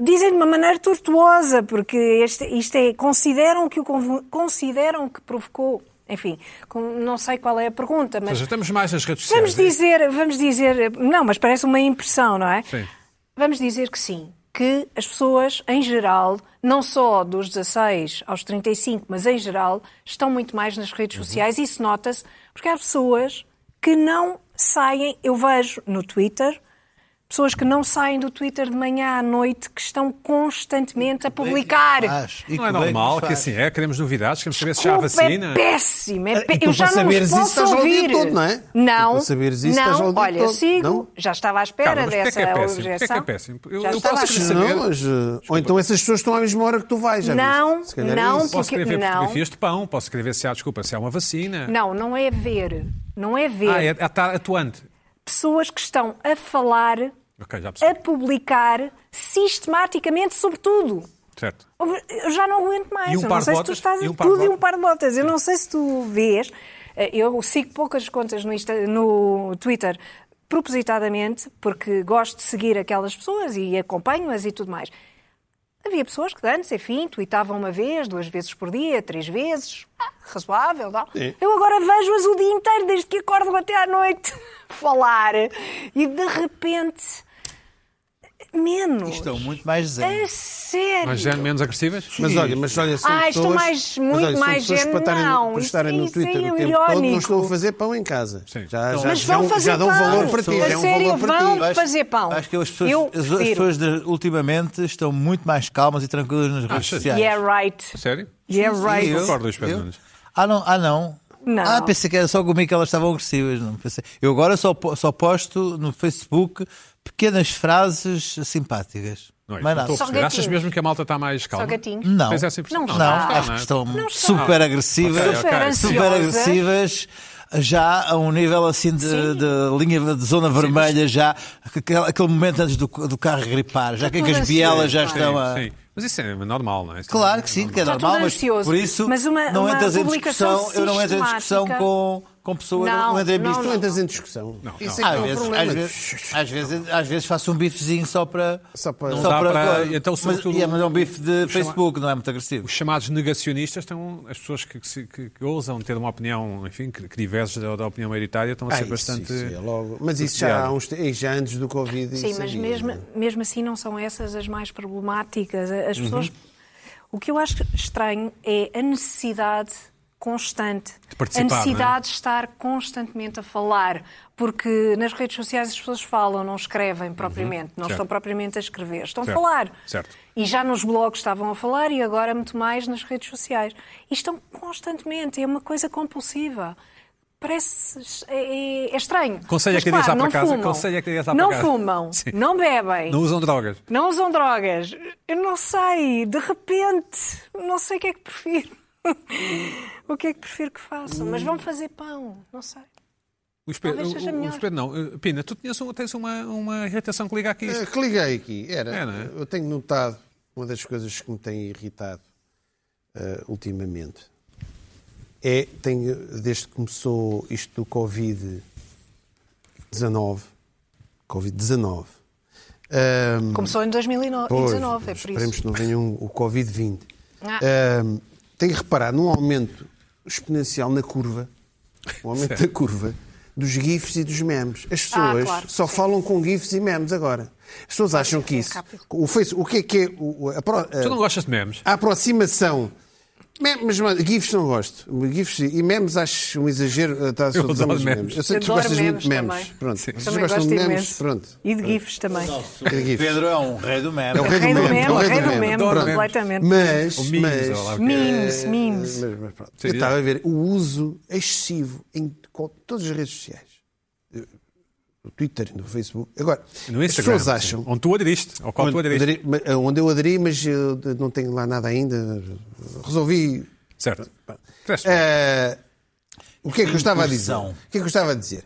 C: Dizem de uma maneira tortuosa, porque este, isto é. Consideram que, o, convo- consideram que provocou. Enfim, com- não sei qual é a pergunta,
A: Ou
C: mas.
A: seja, estamos mais nas redes sociais.
C: Vamos dizer, vamos dizer, não, mas parece uma impressão, não é?
A: Sim.
C: Vamos dizer que sim, que as pessoas em geral, não só dos 16 aos 35, mas em geral, estão muito mais nas redes sociais. Isso nota-se porque há pessoas que não saem, eu vejo no Twitter, pessoas que não saem do Twitter de manhã à noite, que estão constantemente a publicar.
D: Faz. E
A: Não é
D: que bem
A: normal,
D: que
A: que,
D: faz.
A: assim é, queremos novidades, queremos saber se já há
C: Desculpa,
A: vacina.
C: É péssimo. É pé-
B: E tu,
C: Eu já
B: para
C: não
B: saberes
C: os
B: isso,
C: posso
B: estás ao dia
C: ouvir.
B: todo, não é?
C: Não.
B: Tu, para saberes isso, estás ao
C: não.
B: dia
C: Olha,
B: todo,
C: sigo.
B: não?
C: Já estava à
A: Carla,
C: espera
A: mas
C: dessa
A: porquê é que é péssimo? Porquê é que é
C: objeção.
A: péssimo? Eu-
C: já
A: eu
C: estava
A: posso
C: à espera.
A: saber.
B: Não, mas, eh, ou então essas pessoas estão à mesma hora que tu vais. já
C: Não,
B: viste? Se calhar é
C: não,
B: isso.
A: Posso
C: porque-
A: escrever
C: não.
A: fotografias de pão, posso escrever se há, desculpa, se há uma vacina.
C: Não, não é ver. Não é ver.
A: Ah, é, é estar atuante.
C: Pessoas que estão a falar,
A: Ok, já
C: a
A: percebi.
C: publicar sistematicamente sobre tudo.
A: Certo.
C: Eu já não aguento mais.
A: E um
C: eu
A: par
C: não
A: de
C: sei se tu
A: botas?
C: estás
A: E um par de
C: tudo e um
A: botas?
C: par de botas. Eu não sei se tu vês. eh, Eu sigo poucas contas no, Insta- no Twitter propositadamente, porque gosto de seguir aquelas pessoas e acompanho-as e tudo mais. Havia pessoas que antes, enfim, tweetavam uma vez, duas vezes por dia, três vezes. Ah, razoável, não? Eu agora vejo-as o dia inteiro, desde que (laughs) acordo até à noite, falar. E de repente Menos.
D: Estão muito mais
C: A
D: zen.
C: sério.
A: é um Mas já menos agressivas?
B: Mas olha, mas olha, são
C: Ah, isto
B: pessoas,
C: mais-
B: mas
C: muito
B: olha, são
C: mais
B: pessoas que
C: gente,
B: para estarem,
C: não.
B: no, para estarem
C: Isso-
B: no
C: isso
B: Twitter
C: é
B: o tempo todo,
C: irónico.
B: não estão a fazer pão em casa.
A: Sim.
B: Já,
D: Então,
B: já,
C: Mas vão
B: dão-
C: fazer
B: já dão
C: pão.
B: valor para ti.
C: A
B: já
C: sério,
B: é um valor para
C: vão-
B: ti.
C: Acho- fazer pão.
D: Acho que as pessoas,
C: Eu
D: as, as
C: prefiro.
D: pessoas de- ultimamente estão muito mais calmas e tranquilas nas redes
A: Achas?
D: sociais.
C: Yeah, right.
A: Sério?
C: Yeah, right.
D: eu-
A: Concordo, Luís Pedro
D: eu-
A: Nunes.
D: Ah, não, ah, não.
C: Não.
D: Ah, pensei que era só comigo que elas estavam agressivas. Não pensei. Eu agora só, po- só posto no Facebook pequenas frases simpáticas.
A: Não, é isso, é
D: Mais
A: não
D: nada.
A: estou a
C: Só
A: perceber. Achas
C: gatinhos.
A: mesmo que a malta está mais calma?
C: Só gatinhos.
D: Não.
A: Tens essa impressão?
C: Não
D: Não,
C: está.
D: acho
A: é?
D: que estão
C: Não está.
D: super agressivas.
A: Ok,
C: Super
A: ok.
C: ansiosas.
D: super agressivas já a um nível assim de,
C: Sim.
D: de linha de zona vermelha já aquele, aquele momento antes do, do carro gripar já que, é que
C: tudo
D: as bielas já
C: ansioso,
D: estão a
A: Sim, sim. Mas isso é normal, não é? Isso
D: claro
A: é
D: que sim que é
C: Está
D: normal
C: tudo
D: mas
C: ansioso.
D: por isso
C: Mas uma-
D: não
C: uma
D: entras em
C: publicação
D: discussão eu não entro em discussão
C: sistemática-
D: com com pessoas
C: Não,
D: não entro em
C: não,
B: Tu
D: discussão.
B: não entras em discussão. Isso é
D: Às,
B: que é o
D: vezes,
B: problema.
D: às, vezes, às, vezes, às vezes faço um bifezinho só para.
B: Só para-
D: não
B: Só
D: dá
A: para-
D: agora.
A: então,
D: mas,
A: sobretudo,
D: é, mas é um bife de Facebook, não é muito agressivo.
A: Os chamados negacionistas estão. As pessoas que, que, se- que- que ousam ter uma opinião, enfim, que, que diverge da, da opinião maioritária estão a
B: Ah,
A: ser
B: isso-
A: bastante.
B: isso é logo. Mas isso já há uns te- já antes do Covid.
C: Sim,
B: isso
C: mas
B: havia,
C: mesmo,
B: não é?
C: mesmo assim não são essas as mais problemáticas. As
A: Uhum.
C: pessoas. O que eu acho estranho é a necessidade constante.
A: De participar, é?
C: a necessidade de estar constantemente a falar. Porque nas redes sociais as pessoas falam, não escrevem propriamente.
A: Uhum.
C: Não
A: Certo.
C: estão propriamente a escrever, estão
A: Certo.
C: a falar.
A: Certo.
C: E já nos blogs estavam a falar e agora muito mais nas redes sociais. E estão constantemente, é uma coisa compulsiva. Parece. é, é- é estranho.
A: Conselho é
C: Mas,
A: que ias lá para
C: claro, não
A: casa,
C: fumam.
A: conselho é que ias lá
C: Não
A: para casa.
C: fumam,
A: Sim.
C: não
B: um-
C: bebem,
A: Não
C: não...
A: usam drogas.
C: usam drogas. Eu não sei, de repente, não sei o que é que prefiro. (laughs) o que é que prefiro que façam, mas vão fazer pão, não sei.
A: O espelho,
C: Talvez seja
A: o- o- o
C: melhor.
A: espelho não. Uh, Pina, tu tinhas um- tens uma, uma irritação que liga aqui.
B: Eh, que liguei aqui. Era,
A: É, não é?
B: Eu tenho notado uma das coisas que me tem irritado eh, ultimamente. É, tenho, desde que começou isto do Covid-19, Covid-19, ehm,
C: Começou em 2019,
B: Pois,
C: é por
B: esperemos
C: isso.
B: que não venha um- o Covid-20.
C: Ah.
B: Ahm, tem que reparar num aumento exponencial na curva,
A: (laughs)
B: um aumento da curva, dos GIFs e dos memes. As
C: Ah,
B: pessoas
C: claro,
B: só
C: sim. é
B: falam com GIFs e memes agora. As pessoas acham que isso.
C: rápido.
B: O, face, o que é que é. o- a, pro-
A: Tu
B: a-
A: não gostas de memes?
B: a aproximação. Memes, mas GIFs não gosto. GIFs e memes acho um exagero. eh, Tá, só
A: Eu
B: dizer
A: adoro
B: uns
A: memes.
B: Eu sei que tu
C: Adoro
B: gostas muito de
C: memes
B: memes.
C: também.
B: Pronto. Vocês
C: Também
B: gostam
C: gosto
B: de memes?
C: imenso.
B: Pronto.
C: E de GIFs também.
B: É de GIFs.
D: Pedro é um rei do meme.
B: É o rei do
C: Rei do
B: meme.
C: meme,
B: é o rei do meme,
A: adoro
B: pronto.
C: completamente.
B: Mas,
A: Ou memes,
B: mas,
A: ou lá o quê.
C: Memes,
B: eh,
C: memes.
B: mas- mas pronto.
A: Sim,
B: Eu
A: é.
B: estava a ver o uso excessivo em co- todas as redes sociais. Eh, No Twitter, no Facebook. Agora,
A: No Instagram.
B: as pessoas
A: sim.
B: acham...
A: Onde tu aderiste, ao qual tu
B: Onde,
A: aderiste.
B: aderi- ma- eh, onde eu aderi, mas eu de- não tenho lá nada ainda. Resolvi...
A: Certo. Cresce.
B: Eh, o que é que eu estava a dizer?
D: Incursão.
B: O que é que eu estava a dizer?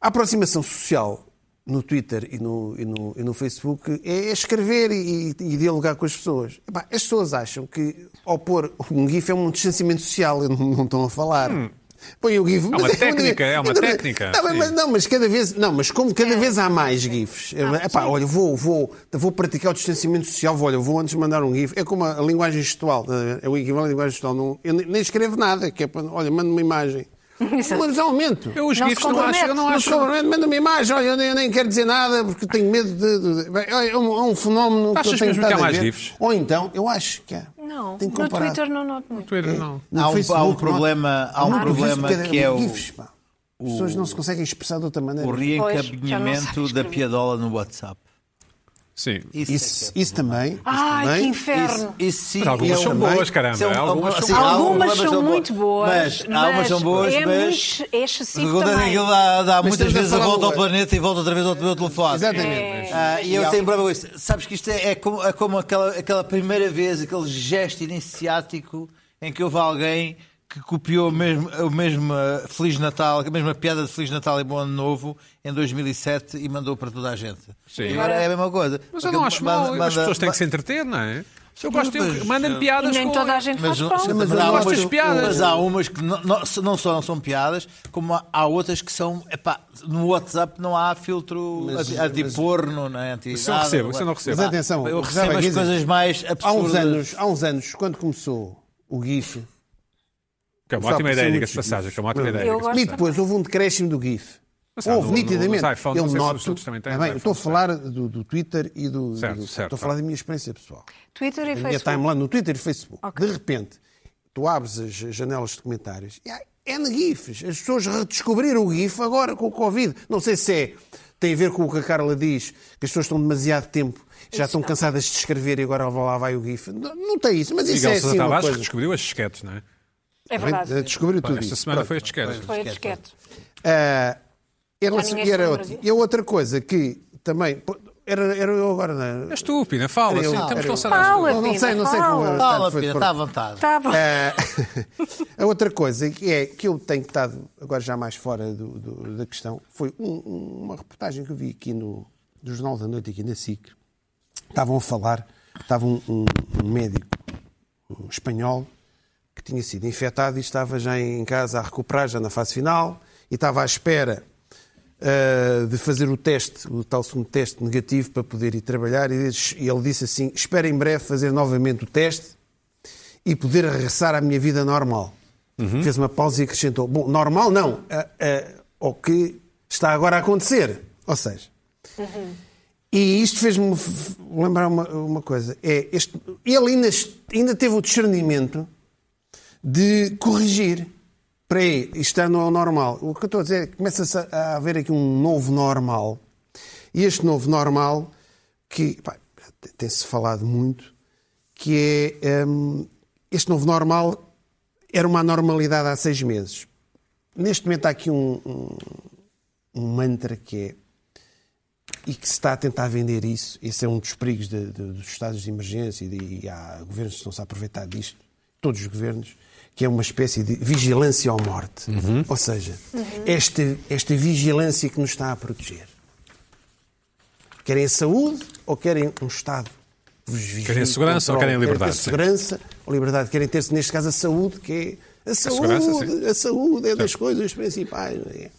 B: A aproximação social no Twitter e no, e no- e no Facebook é escrever e, e dialogar com as pessoas. Epá, as pessoas acham que ao pôr um GIF é um distanciamento social, não, não estão a falar. Põe o GIF. mas
A: uma técnica, Hum. é uma
B: ainda não-
A: técnica,
B: Não, mas-
A: sim.
B: mas, não, mas cada vez, não, mas como cada
A: É.
B: vez há mais GIFs.
A: Ah,
B: Epá, olha, vou, vou, vou praticar o distanciamento social, vou, olha, vou antes mandar um GIF. É como a, a linguagem gestual, eh, é o equivalente à linguagem gestual. Não, eu nem nem escrevo nada, que é para, olha, mando uma imagem. Mas um aumento.
A: Eu os
C: Não se
A: GIFs não acho, eu não
B: Não
A: acho.
B: sou, manda uma imagem, olha, eu nem, eu nem quero dizer nada porque tenho medo de. de- bem, olha, é, um, é um fenómeno que
A: Achas
B: eu tenho
A: mesmo que há
B: estado a
A: mais
B: ver.
A: GIFs?
B: Ou então, eu acho que há.
C: Não,
B: Tem que
C: no
B: comparar.
C: Twitter não noto muito.
A: Twitter, não.
B: No
D: Há um- há um
B: Facebook, é?
D: problema- há um
B: Não, no
D: problema
B: Facebook,
D: que é o-
B: GIFs, pá. As pessoas não se conseguem expressar de outra maneira.
D: O
C: Pois, já não
D: reencaminhamento
C: sabes é.
D: da
C: escrever.
D: piadola no WhatsApp.
A: Sim.
D: Isso, é
B: Isso, isso também. isso
C: Ai, que
B: também.
C: inferno!
D: isso sim.
A: Mas algumas
D: é
A: são
D: um-
A: boas, caramba.
D: isso é um-
A: Algumas
D: sim,
A: são
D: há
C: Algumas são muito
D: Mas,
C: boas,
D: há algumas são boas,
C: é
D: mas.
C: muito- é excessivo
D: Segundo
C: também.
D: aquilo dá, dá muitas
B: estamos a
D: vezes a
B: falar
D: volta ao
B: do-
D: planeta e volta outra vez ao meu telefone.
B: Exatamente.
C: É.
D: Ah, e eu tenho problema com isso. Sabes que isto é, é como, é como aquela, aquela primeira vez, aquele gesto iniciático em que houve alguém que copiou o mesmo, o mesmo ah, Feliz Natal, a mesma piada de Feliz Natal e Bom Ano Novo em 2007 e mandou para toda a gente.
A: Sim.
D: Agora é a mesma coisa.
A: Mas eu
D: Porque
A: não acho
D: manda-
A: mal. As
D: manda-
A: pessoas têm que se entreter, não é? Eu gosto de.
D: Mas-
A: Mandam
C: E
A: piadas
C: nem
A: com-
C: toda a gente
D: mas,
A: um-
C: faz pão.
D: mas
B: eu
D: há
B: gosto
D: umas,
A: das piadas.
D: mas há umas que não, não- não só não são piadas, como há- há outras que são. Epá, no WhatsApp não há filtro anti- antiporno, não é? Anti
A: Isso eu não recebo, isso eu não recebo.
B: é. Mas atenção,
D: Eu
B: o que
D: recebo
B: estava a
D: as
B: dizer-
D: coisas mais absurdas.
B: Há uns anos, há uns anos, quando começou o GIF,
A: Que é uma
B: Só
A: ótima
B: por
A: ideia,
B: ser
A: diga-se de
B: muito
A: passagem. Que é uma ótima
B: difícil.
A: ideia.
C: Eu
A: diga-se de
C: gosto
B: e
A: passagem.
B: depois houve um decréscimo do GIF.
A: Mas há
B: Houve
A: no- no-
B: nitidamente.
A: nos iPhone,
B: eu
A: não é? sei se os
B: noto.
A: outros também têm,
B: Ah,
A: os
B: bem, eu estou a
A: iPhones
B: falar do, do Twitter e do. e
A: Certo,
B: do-
A: certo,
B: Estou a falar da minha experiência pessoal.
C: Twitter é e
B: A minha
C: Facebook.
B: timeline no Twitter e Facebook.
C: Ok.
B: De repente, tu abres as janelas de comentários e há N GIFs. As pessoas redescobriram o GIF agora com o Covid. Não sei se é. Tem a ver com o que a Carla diz, que as pessoas estão demasiado tempo, já estão cansadas de escrever e agora lá vai o GIF. Não, não tem isso, mas isso
A: Miguel
B: é
A: Sousa
B: assim uma
A: Tavares
B: coisa.
A: descobriu as disquetes, não é?
C: É verdade.
B: Descobriu tudo
A: Esta
B: isso.
A: semana
B: Pronto.
A: foi as disquetes.
C: Foi a disquete.
B: Ah, em relação-
C: ninguém
B: e,
C: se
B: era
C: lembra
B: outra,
C: disso.
B: e a outra coisa que também. pô, Era, era eu agora. Não,
A: És tu, Pina, É fala.
B: Era eu,
A: Sim,
B: era
A: temos
B: eu.
A: que lançar
C: Fala.
A: as duas.
B: não, não sei, não sei
C: Pina,
B: como. é
C: fala.
D: Fala,
B: foi-
D: Pina,
B: foi-
D: está à vontade.
C: Tá bom.
B: Ah, (laughs) a outra coisa que é que eu tenho estado agora já mais fora do- do- da questão foi um- um- uma reportagem que eu vi aqui no, do Jornal da Noite, aqui na SIC. Estavam a falar, estava um, um- um médico um espanhol que tinha sido infectado e estava já em casa a recuperar, já na fase final, e estava à espera ah, de fazer o teste, o tal segundo teste negativo para poder ir trabalhar. E diz- e ele disse assim: espera em breve fazer novamente o teste e poder regressar à minha vida normal. Fez uma pausa e acrescentou: Bom, normal não, a- a- ao que está agora a acontecer. Ou seja, e isto fez-me f- lembrar uma, uma coisa: é este, ele ainda, est- ainda teve o discernimento de corrigir. Espera aí, isto já não é o normal. O que eu estou a dizer é que começa-se a- a haver aqui um novo normal. E este novo normal, que pá, tem-se falado muito, que é hum, este novo normal era uma normalidade há seis meses. Neste momento há aqui um, um- um mantra que é e que se está a tentar vender isso. Esse é um dos perigos de- de- dos estados de emergência e, de- e há governos que estão-se a aproveitar disto, todos os governos, que é uma espécie de vigilância à morte.
A: Uhum.
B: Ou seja, esta, esta vigilância que nos está a proteger. Querem a saúde ou querem um Estado? que vos vigie,
A: Querem segurança ou
B: controle?
A: querem liberdade,
B: ter
A: sim.
B: segurança ou liberdade? Querem ter-se, neste caso, a saúde, que é a
A: segurança,
B: saúde,
A: sim.
B: a saúde é das coisas principais. não é?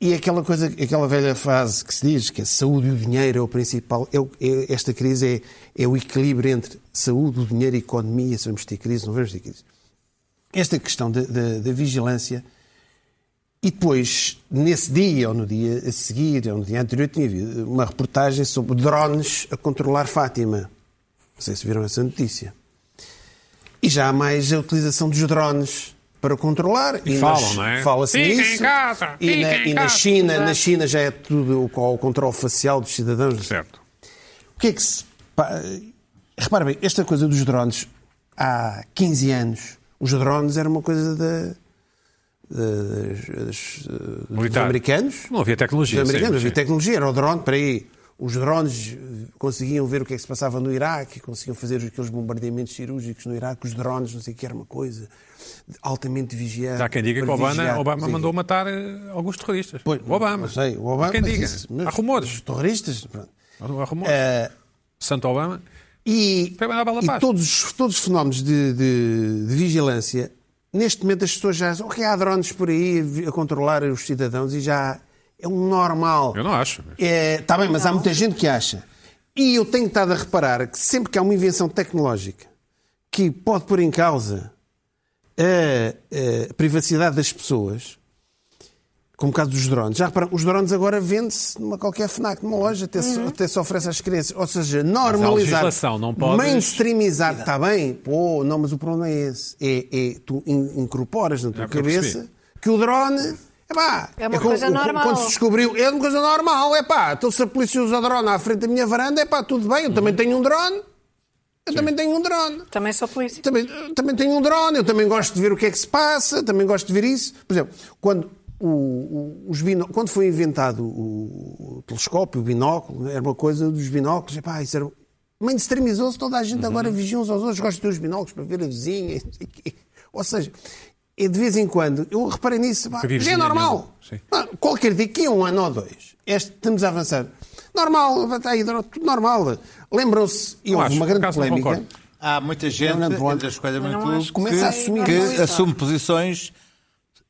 B: E aquela coisa, aquela velha frase que se diz que a saúde e o dinheiro é o principal. É, o- é- esta crise é, é o equilíbrio entre saúde, o dinheiro e a economia. Se vamos ter crise, não vamos ter crise. Esta questão da- da- da vigilância e depois, nesse dia ou no dia a seguir, ou no dia anterior, tinha havido uma reportagem sobre drones a controlar Fátima. Não sei se viram essa notícia. E já há mais a utilização dos drones para controlar.
A: E falam, não é?
B: Fala-se
A: Fiquem em
B: nisso.
A: casa,
B: e na,
A: fiquem em
B: e na
A: casa.
B: China, na China já é tudo com o controle facial dos cidadãos.
A: Certo.
B: O que é que se. pá, Repara bem, esta coisa dos drones, há 15 anos, os drones era uma coisa da. da- das- dos
A: Militar.
B: americanos.
A: Não havia tecnologia,
B: Dos americanos,
A: sim,
B: havia
A: sim.
B: tecnologia, era o drone, para aí. Os drones eh, conseguiam ver o que é que se passava no Iraque, conseguiam fazer aqueles bombardeamentos cirúrgicos no Iraque, os drones, não sei o que, era uma coisa altamente vigiada.
A: Já há quem diga que Obama, Obama mandou matar eh, alguns terroristas.
B: Pois,
A: o Obama.
B: Não sei, o Obama.
A: Há quem
B: mas
A: diga.
B: isso- mas é.
A: Há
B: Os
A: rumores.
B: terroristas, pronto. Eh,
A: Há rumores. Santo Obama.
B: E,
A: Foi mandar a bola
B: e
A: para baixo.
B: todos, todos os fenómenos de, de- de vigilância, neste momento as pessoas já dizem, ok, há drones por aí a vi- a controlar os cidadãos e já é um normal.
A: Eu não acho.
B: Está É, tá bem, mas há muita gente que acha. E eu tenho estado a reparar que sempre que há uma invenção tecnológica que pode pôr em causa a, a privacidade das pessoas, como o caso dos drones, já reparam, os drones agora vende-se numa qualquer FNAC, numa loja, até, se, até se oferece às crianças. Ou seja, normalizar.
A: legislação, não podes-
B: Mainstreamizar, está bem? Pô, não, mas o problema é esse. É, é tu in- incorporas na tua
A: Já percebi.
B: cabeça que o drone. Epá,
C: É uma coisa
B: como-
C: normal.
B: Quando se descobriu, é uma coisa normal, é pá. Então se a polícia usa drone à frente da minha varanda, é pá, tudo bem, eu também tenho um drone. Eu também tenho um drone.
C: Também sou polícia.
B: Também, também tenho um drone, eu também gosto de ver o que é que se passa, também gosto de ver isso. Por exemplo, quando, o, o- os binó- quando foi inventado o, o telescópio, o binóculo, era uma coisa dos binóculos, epá, isso era. Mainstreamizou-se, toda a gente agora
A: Uhum.
B: vigia uns aos outros, gosta de ter os binóculos para ver a vizinha. (laughs) e não sei o quê. Ou seja, é de vez em quando, eu reparei nisso, pá,
A: vi
B: já é
A: vizinha
B: normal.
A: nenhuma. Sim.
B: Ah, Qualquer dia, aqui a um ano ou dois, este, estamos a avançar. Normal, está aí, tudo normal. Lembram-se, e
A: Não
B: houve
A: acho,
B: uma
A: por
B: grande
A: acaso não
B: polémica.
A: concordo.
D: Há muita gente,
B: Não, não, não. é.
D: entre as coisas
C: Eu
D: muito
C: não acho
D: clube,
C: que
B: começa
D: que,
B: a assumir
D: que
C: isso.
D: assume posições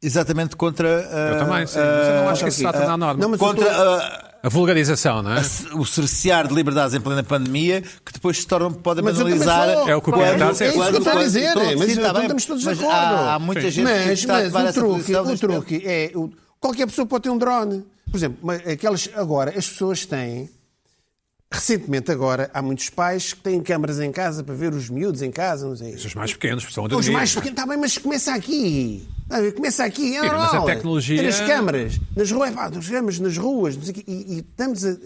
D: exatamente contra
A: Eu
D: ah,
A: também, sim.
D: ah,
A: Mas eu não acho que isso se trata da
B: não,
A: norma.
B: mas eu
D: contra
B: estou-
D: ah,
A: A vulgarização, não é?
D: o cercear de liberdades em plena pandemia, que depois se tornam, podem
B: Mas eu também
D: banalizar.
B: sou-
A: É o que o Pina
D: quando-
A: está a dizer. É isso que eu
D: quando-
B: estou a dizer,
D: quando-
A: tá
B: mas
D: sim, está
B: então
D: bem,
B: estamos todos de
D: mas
B: acordo.
D: Há, há muita
A: Sim.
D: gente que
B: mas,
D: está a
B: mas
D: levar
B: o
D: essa
B: truque,
D: posição
B: o
D: neste
B: truque é o, Qualquer pessoa pode ter um drone. Por exemplo, mas aquelas, agora, as pessoas têm. Recentemente, agora, há muitos pais que têm câmaras em casa para ver os miúdos em casa, não sei.
A: Os mais pequenos são a
B: Os
A: dormir.
B: mais pequenos, está bem, mas começa aqui. Está a ver? Começa aqui, é
A: Sim, mas a
B: normal.
A: tecnologia-
B: Ter as câmaras, nas ruas, pá, nas câmaras, nas ruas, não sei o quê. E, e estamos a...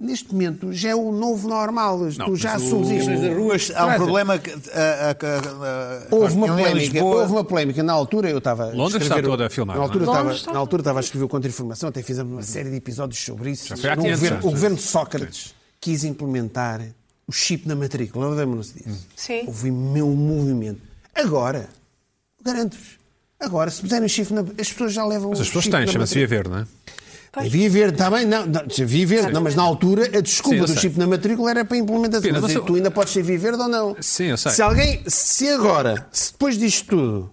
B: Neste momento já é o novo normal. tu já
A: mas o-
B: assumes isto.
D: Nas ruas há um
B: Traz-
D: problema. que- a- a- a- a-
B: Houve uma,
D: em
B: polémica,
D: Lisboa-
B: houve uma polémica. Na altura eu estava. a
A: Londres está
B: escrever-
A: toda a filmar,
B: Na altura,
C: não é?
B: estava,
C: Londres está-
B: na altura estava a escrever o contra-informação, até fizemos uma série de episódios sobre isso.
A: foi há
B: No
A: 500
B: governo-
A: anos,
B: o
A: sim.
B: governo de Sócrates quis implementar o chip na matrícula. Lembram-se
A: Hum.
B: disso?
C: Sim.
B: Houve meu movimento. Agora, garanto-vos, agora, se puserem o chip na. As pessoas já levam
A: Mas
B: o
A: as pessoas
B: chip
A: têm,
B: na
A: chama-se
B: matrícula.
A: via verde, não é?
B: Via verde, está tá bem, não, não, via verde, não, mas na altura a desculpa
A: Sim, eu
B: do
A: sei.
B: chip na matrícula era para a implementação.
A: Pina,
B: mas
A: mas eu-
B: tu ainda podes ser via verde ou não?
A: Sim, eu sei.
B: Se alguém, se agora, se depois disto tudo,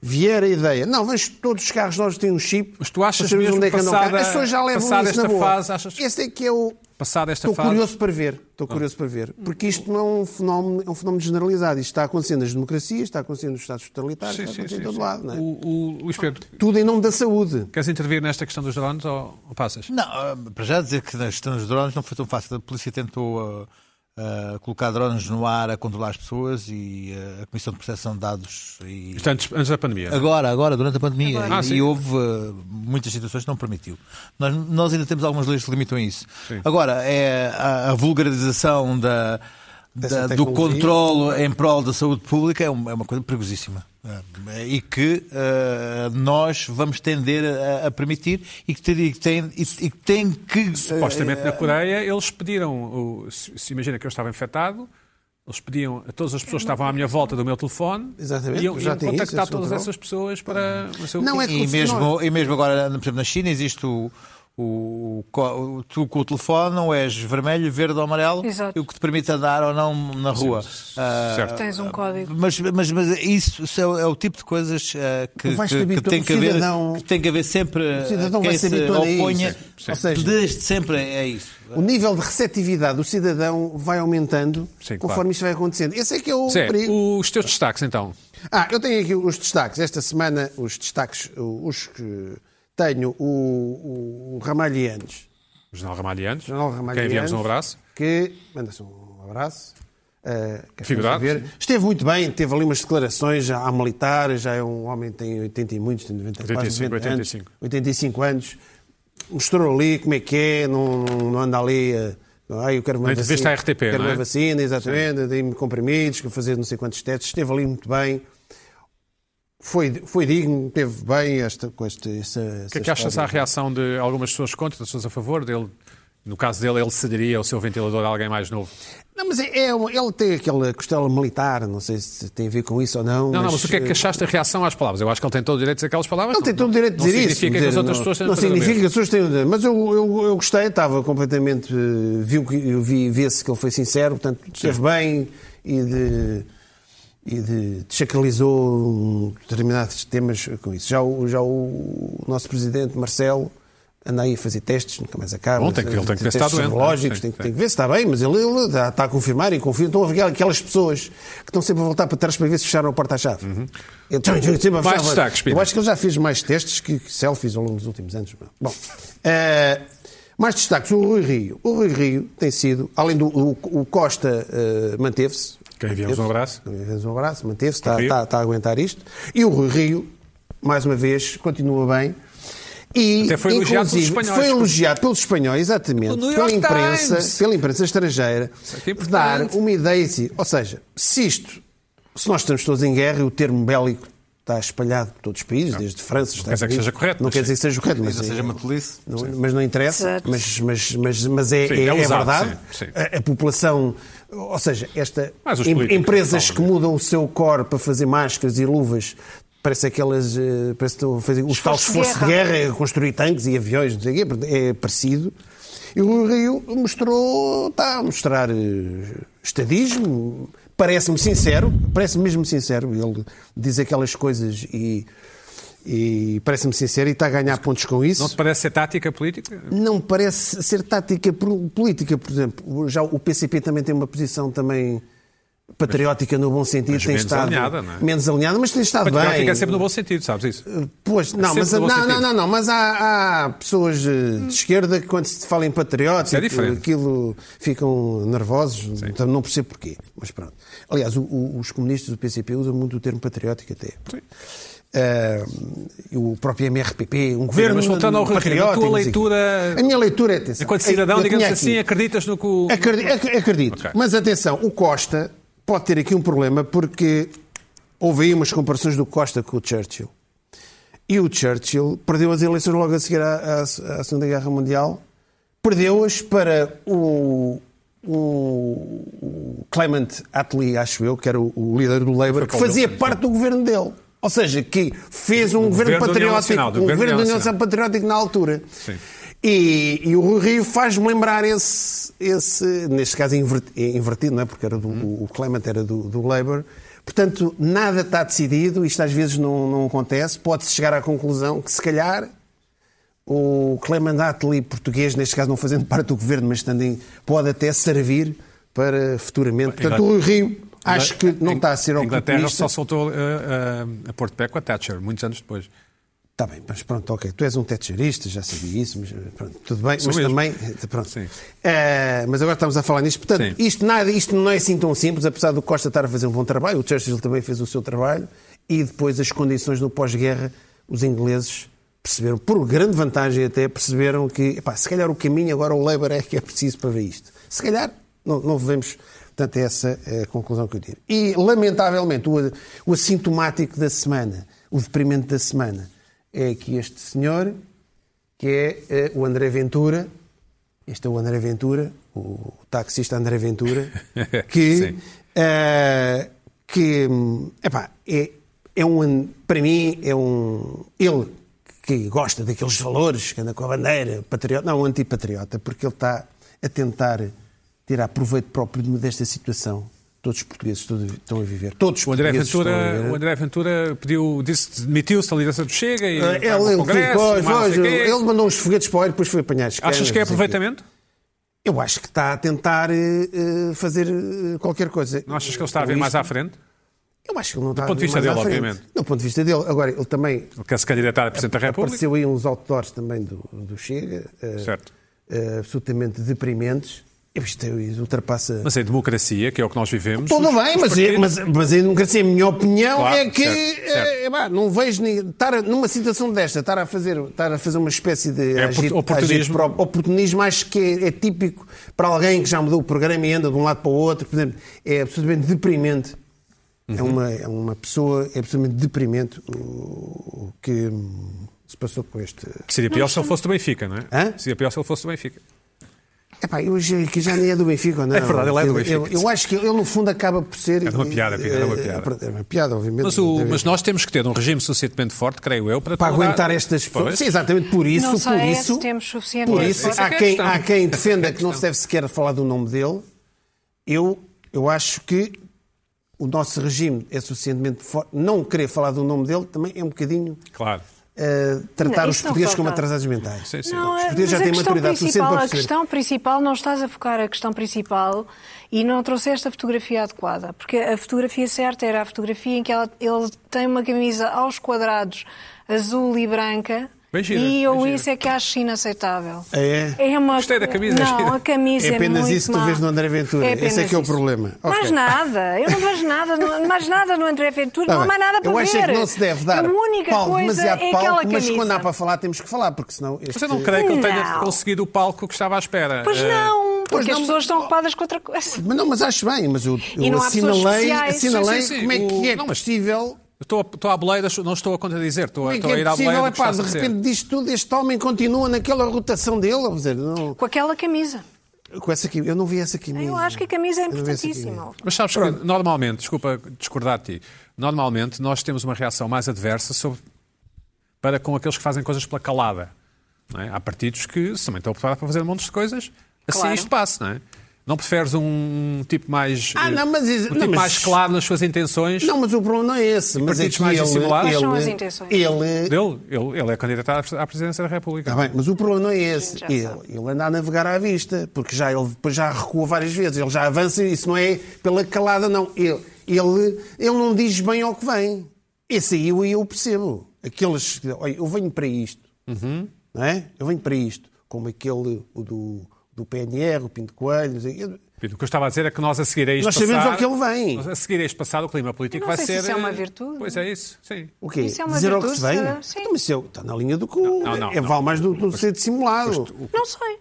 B: vier a ideia, não, mas todos os carros novos têm um chip,
A: Mas tu achas
B: para sabermos
A: mesmo
B: onde é que andam
A: passada-
B: o carro, as pessoas já levam
A: passada
B: isso na
A: esta
B: boa.
A: fase, achas-
B: Esse é que é o...
A: Passada esta
B: Estou
A: fase- Ah.
B: curioso para ver, estou curioso para ver, porque isto não é um fenómeno, é um fenómeno generalizado, isto está acontecendo nas democracias, está acontecendo nos Estados totalitários, está acontecendo em todo lado, não é?
A: O, o, Luís Pedro,
B: Tudo em nome da saúde.
A: queres intervir nesta questão dos drones ou, ou passas?
D: Não, ah, para já dizer que na gestão dos drones não foi tão fácil. A polícia tentou ah, ah, colocar drones no ar a controlar as pessoas e ah, a Comissão de Proteção de Dados. E...
A: Isto antes, antes da pandemia.
D: Agora, agora, durante a pandemia.
A: Agora.
D: E,
A: Ah, sim.
D: e houve ah, muitas situações que não permitiu. Nós, nós ainda temos algumas leis que limitam isso. Agora, é a, a vulgarização da,
B: Dessa
D: da- do
B: tecnologia.
D: controlo em prol da saúde pública é uma, é uma coisa perigosíssima. Ah, E que ah, nós vamos tender a, a permitir e que, ter- e que tem, e, e que tem que. eh,
B: eh,
A: Supostamente na Coreia, eles pediram, o- se, se imagina que eu estava infectado, eles pediam a
B: É,
A: todas as pessoas que estavam à minha volta do meu telefone,
B: Exatamente,
A: iam,
B: já
A: iam
B: tem isso,
A: contactar
B: esse é
A: todas
B: controle.
A: essas pessoas para... mas eu-
B: Não é
D: E
B: que-
D: mesmo, e mesmo agora, por exemplo, na China existe o, o, co- o- tu com o telefone ou és vermelho, verde ou amarelo,
C: Exato.
D: e o que te permite andar ou não na rua. Ah,
A: Certo.
C: Tens
B: É.
C: um código.
D: mas, mas, mas isso é o, é o tipo de coisas ah, que,
B: Vais-te
D: que- que
B: habituar-
D: tem
B: o
D: que, haver,
B: cidadão-
D: que tem que haver sempre ah,
B: O cidadão vai
D: quem
B: se
D: se
B: habituando a isso.
D: oponha.
B: Sim. Ou seja-
D: desde sempre é isso.
B: O nível de receptividade do cidadão vai aumentando
A: Sim,
B: conforme
A: claro.
B: isto vai acontecendo. Esse é que é o
A: Zé,
B: perigo.
A: os teus destaques então.
B: Ah, eu tenho aqui os destaques. Esta semana, os destaques, os que tenho, o, o, o Ramalhianes,
A: O Jornal Ramalhianos,
B: Jornal Ramalhianes.
A: quem enviamos um abraço.
B: que manda-se um abraço. ah, que
A: Figurado,
B: fomos a ver.
A: sim.
B: Esteve muito bem, teve ali umas declarações já há militar, já é um homem que tem 80 e muitos, tem 90, quase
A: 85,
B: 90 anos,
A: 85.
B: 85 anos. Mostrou ali como é que é, não, não não anda ali. ah, Ah, eu quero uma
A: Na entrevista
B: vacina,
A: à RTP,
B: quero
A: não é?
B: uma vacina, exatamente, dei-me comprimidos, que fazer não sei quantos testes. Esteve ali muito bem. Foi, foi digno, teve bem esta, com este, essa.
A: O que é que achas à reação de algumas pessoas contra, das pessoas a favor dele? No caso dele, ele cederia o seu ventilador a alguém mais novo.
B: Não, mas é, é um- ele tem aquela costela militar, não sei se tem a ver com isso ou não.
A: Não, não, mas o que é que achaste da reação às palavras? Eu acho que ele tem todo o direito de dizer aquelas palavras.
B: eh, Ele tem todo o direito de
A: Não
B: dizer isso.
A: significa que
B: quer
A: as
B: dizer,
A: outras
B: não,
A: pessoas têm
B: Não
A: de fazer o
B: significa que
A: mesmo.
B: as pessoas tenham. de dizer. Mas eu, eu, eu gostei, estava completamente. eh, Viu que, eu vi, vê-se que ele foi sincero, portanto, esteve bem e de. E de, desacralizou determinados temas com isso. Já o, já o nosso presidente Marcelo anda aí a fazer testes, nunca mais acaba.
A: Bom, tem que- ele tem que ver se
B: testes
A: está doente,
B: serológicos,
A: né?
B: tem,
A: Tem-
B: tem que ver se está bem, mas ele, ele está, está a confirmar e confia. Estão a ver aquelas pessoas que estão sempre a voltar para trás para ver se fecharam a porta-chave. Então, sempre a
A: Mais
B: fechar a-
A: destaques, Pina.
B: Eu acho que ele já fez mais testes que que selfies ao longo dos últimos anos. Bom, eh, mais destaques. O Rui Rio. O Rui Rio tem sido, além do o, o Costa eh, manteve-se.
A: Quem enviamos um abraço.
B: Manteve-se, um abraço, manteve-se, está,
A: Rio.
B: está- está a aguentar isto. E o Rui Rio, mais uma vez, continua bem. E,
A: Até foi elogiado pelos
B: inclusive,
A: espanhóis.
B: foi elogiado pelos espanhóis, exatamente,
A: Pelo New
B: pela
A: York
B: imprensa,
A: Times.
B: pela imprensa estrangeira,
A: aqui é
B: dar
A: importante.
B: uma ideia. assim, Ou seja, se isto, se nós estamos todos em guerra, e o termo bélico está espalhado por todos os países, desde França, Estados
A: quer dizer que
B: Unidos,
A: seja correto,
B: Não
A: mas
B: quer
A: sim.
B: dizer que seja correto, mas,
D: Ou seja, uma polícia.
B: não, mas não interessa,
C: Certo.
B: mas, mas, mas, mas é,
A: Sim,
B: é,
A: é
B: é
A: usado,
B: verdade.
A: sim, sim.
B: A, a população, ou seja, esta
A: Mas os
B: em-
A: políticos,
B: empresas
A: falam
B: que mudam o seu core para fazer máscaras e luvas. Parece aquelas. eh, Parece que estão a fazer o tal
C: Esforço de
B: esforço de
C: guerra.
B: guerra, a construir tanques e aviões, não sei o quê, é parecido. E o Rio mostrou. Está a mostrar eh, estadismo. Parece-me sincero, parece-me mesmo sincero. Ele diz aquelas coisas e. E parece-me sincero e está a ganhar pontos com isso.
A: Não te parece ser tática política?
B: Não me parece ser tática pro- política, por exemplo. Já o PCP também tem uma posição também patriótica no bom sentido,
A: mas
B: tem
A: menos
B: estado
A: alinhada, não é?
B: menos alinhada, mas tem estado
A: Patriótica
B: bem. eh,
A: é sempre no bom sentido, sabes isso?
B: Pois, não,
A: sempre
B: mas,
A: no bom
B: não,
A: sentido.
B: não, não, não, mas há, há pessoas eh, de esquerda que quando se fala em patriótico,
A: é diferente.
B: aquilo ficam nervosos, então não percebo porquê, mas pronto. Aliás, o- o- os comunistas do PCP usam muito o termo patriótico até. Ah, e o próprio MRPP, um governo
A: mas voltando ao Rui Rio,
B: patriótico.
A: a tua
B: não sei o quê.
A: leitura-
B: A minha leitura é... atenção,
A: Enquanto
B: eu-
A: cidadão,
B: eu É
A: digamos
B: tinha
A: assim,
B: aqui-
A: acreditas no que o.
B: Acredi- ac- Acredito,
A: Ok.
B: Mas atenção, o Costa pode ter aqui um problema porque houve aí umas comparações do Costa com o Churchill. E o Churchill perdeu as eleições logo a seguir à, à- à Segunda Guerra Mundial. Perdeu-as para o, o- o Clement Attlee, acho eu, que era o, o líder do Labour, que
A: com ele,
B: fazia
A: sim.
B: parte do governo dele. Ou seja, que fez um governo
A: governo da União
B: patriótico,
A: Nacional, do
B: um
A: governo da
B: governo da
A: União
B: União
A: Nacional.
B: patriótico na altura.
A: Sim.
B: E, e o Rui Rio faz-me lembrar esse, esse, neste caso inverti- invertido, não é? Porque era do,
A: Uhum.
B: o Clement era do, do Labour. Portanto, nada está decidido, isto às vezes não, não acontece. Pode-se chegar à conclusão que, se calhar, o Clement Attlee português, neste caso não fazendo parte do governo, mas estando em- pode até servir para futuramente. Portanto, o Rui Rio acho que não está a ser
A: A Inglaterra
B: oportunista.
A: só soltou eh, eh, a Porto Pé com a Thatcher, muitos anos depois.
B: Está Tá bem, mas pronto, ok. Tu és um tetcherista, já sabia isso, mas pronto, tudo bem. mas
A: mesmo.
B: também, pronto.
A: Sim.
B: Eh, mas agora estamos a falar nisto.
A: Sim.
B: Portanto, isto, nada, isto não é assim tão simples, apesar do Costa estar a fazer um bom trabalho, o Churchill também fez o seu trabalho, e depois as condições no pós-guerra, os ingleses perceberam, por grande vantagem até, perceberam que, epá, se calhar o caminho agora o Labour é que é preciso para ver isto. Se calhar, não, não vemos... Portanto, essa é a conclusão que eu tiro. E, lamentavelmente, o, o assintomático da semana, o deprimente da semana, é que este senhor, que é eh, o André Ventura. Este é o André Ventura, o taxista
A: (laughs)
B: André Ventura, que,
A: Sim.
B: eh, que hum, epá, é, é um, an- para mim, é um. Ele que gosta daqueles valores, que anda com a bandeira, patriota, não, um antipatriota, porque ele está a tentar tirar proveito próprio de- desta situação. Todos os portugueses estão a vi- estão a viver. Todos os
A: O André,
B: portugueses estão a
A: Ventura,
B: viver.
A: o André Ventura pediu, disse, demitiu-se da liderança do Chega e.
B: Ah,
A: vai para o
B: Ele, ele,
A: Congresso, mas
B: pois,
A: não
B: pois,
A: sei o quê.
B: ele mandou uns foguetes para o ar e depois foi apanhar as
A: Achas
B: canas,
A: que é
B: não sei o quê.
A: aproveitamento?
B: Eu acho que está a tentar eh, eh, fazer eh, qualquer coisa.
A: Não achas que ele está a ver
B: Com
A: mais
B: isto,
A: à frente?
B: Eu acho que ele não está
A: ponto de
B: a ver
A: vista
B: mais à
A: dele,
B: frente.
A: obviamente.
B: Do ponto de vista dele. Agora, ele também
A: Ele quer se candidatar a Presidente da República?
B: apareceu aí uns outdoors também do, do Chega, eh,
A: Certo.
B: eh, absolutamente deprimentes. Eu, isto eu- ultrapassa.
A: Mas em democracia, que é o que nós vivemos.
B: Tudo
A: os-
B: bem,
A: os
B: mas,
A: partidos-
B: mas, mas eu nunca sei. A minha opinião
A: Claro,
B: é que
A: certo, certo.
B: eh, pá, não vejo ninguém. Estar a- numa situação desta, estar a fazer, estar a fazer uma espécie de
A: É
B: agito-
A: oportunismo.
B: agito próprio- oportunismo, acho que é, é típico para alguém que já mudou o programa e anda de um lado para o outro. Por exemplo, é absolutamente deprimente.
A: Uhum.
B: É, uma, é uma pessoa, é absolutamente deprimente o, o que hum, se passou com este.
A: Que seria pior se ele fosse do Benfica, não é?
B: Hã?
A: Seria pior se ele fosse do Benfica.
B: Epá, eu já- que já nem é do Benfica, ou não.
A: É verdade, ele é do
B: Eu,
A: Benfica.
B: eu acho que ele, no fundo, acaba por ser. É
A: uma piada, Pina, é uma piada.
B: É uma piada, obviamente.
A: Mas, o-
B: Deve-
A: mas nós temos que ter um regime suficientemente forte, creio eu, para,
B: para
A: tolerar-
B: aguentar estas
A: Pois.
B: Sim, exatamente por isso,
C: não
B: por
C: sei é
B: isso,
C: se temos suficiente
B: por
C: para-
B: isso ah,
A: Essa é
B: há,
A: que é a
B: quem,
A: questão.
B: há quem defenda que não se deve sequer falar do nome dele. Eu, eu acho que o nosso regime é suficientemente forte. Não querer falar do nome dele também é um bocadinho
A: Claro.
B: eh, tratar
C: Não,
B: os
C: isso não
B: portugueses como
C: falta.
B: atrasados mentais.
A: Sim, sim.
C: Não,
B: Os
C: é-
B: portugueses
C: mas
B: já
C: a
B: têm
C: questão
B: maturidade suficiente
C: principal,
B: para
C: a
B: perceber.
C: questão principal, não estás a focar a questão principal e não trouxeste a fotografia adequada, porque a fotografia certa era a fotografia em que ela- ele tem uma camisa aos quadrados azul e branca.
A: Bem gira,
C: e eu
A: bem gira.
C: isso é que acho inaceitável.
B: É?
C: uma
A: Gostei da camisa,
C: Não,
A: gira.
C: a camisa
B: É
C: é
B: apenas
C: muito
B: isso que tu
C: má.
B: vês no André Ventura. Esse é
C: apenas
B: que é o
C: isso.
B: problema.
C: Mais
B: Ok.
C: nada. Eu não vejo nada, no- mais nada no André Ventura,
B: Tá
C: não há
B: bem.
C: mais nada para
B: eu
C: ver.
B: acho é que não se deve dar
C: A única
B: palco,
C: coisa
B: demasiado
C: é
B: palco,
C: aquela
B: mas
C: camisa.
B: quando há para falar temos que falar, porque senão... Este...
A: Mas eu não creio que ele tenha
C: Não.
A: conseguido o palco que estava à espera.
C: Pois
A: Eh,
B: É.
C: não,
B: Pois
C: porque as
B: não,
C: pessoas estão
B: mas-
C: ocupadas com outra coisa.
B: Mas não, mas acho bem, mas eu,
C: E
B: eu
C: não há pessoas
B: assinalei,
C: especiais.
B: assinalei
A: Sim, sim, sim.
B: como é que é
A: O- não, mas-
B: possível...
A: Estou, a- estou à boleira, não estou a contradizer, estou, a-
B: Como é que
A: estou a
B: é
A: ir à boleira.
B: possível,
A: do que
B: epá,
A: estás
B: de
A: a dizer.
B: repente disto tudo, este homem continua naquela rotação dele, quer dizer, não,
C: Com aquela camisa.
B: com essa aqui, eu não vi essa aqui mesmo.
C: Eu acho que a camisa é
B: Hum. Eu não vi essa aqui mesmo.
C: importantíssima.
A: Mas sabes que normalmente, desculpa discordar de ti, normalmente nós temos uma reação mais adversa sobre- para com aqueles que fazem coisas pela calada. não é? Há partidos que se também estão preparados para fazer um monte de coisas, assim
C: Claro.
A: isto passa, não é? Não preferes um tipo mais,
B: Ah,
A: eh,
B: não, mas
A: um
B: isso-
A: tipo
B: não, mas-
A: mais claro nas suas intenções?
B: Não, mas o problema não é esse. Mas é
A: partidos
B: que
A: mais
B: ele,
A: dissimulados?
B: ele,
C: Quais são as intenções?
B: Ele,
A: Dele? Ele, ele é candidato à à presidência da República.
B: Está bem, mas o problema não é esse.
C: já
B: Ele,
C: sabe.
B: ele anda a navegar à vista, porque já ele depois já recua várias vezes, ele já avança, isso não é pela calada, não. Ele, ele, ele não diz bem ao que vem. Esse aí eu, eu percebo. Aqueles que, olha, eu venho para isto,
A: Uhum.
B: não é? Eu venho para isto, como aquele o do, do PNR, o Pinto Coelho, não sei o quê.
A: O que eu estava a dizer é que nós a seguir a isto
B: Nós sabemos
A: passar,
B: ao que ele vem.
A: nós A seguir a isto passar, o clima político
C: Eu
A: vai
C: não sei se
A: ser...
C: isso é
A: eh,
C: uma virtude.
A: Pois é isso, sim.
B: O quê?
C: Isso é uma
B: dizer ao que
C: virtude,
B: se vem?
C: eh, sim.
B: Então, mas eu, está na linha do cu.
A: não, não,
B: é,
A: não.
B: vale mais do do ser dissimulado.
C: Não sei.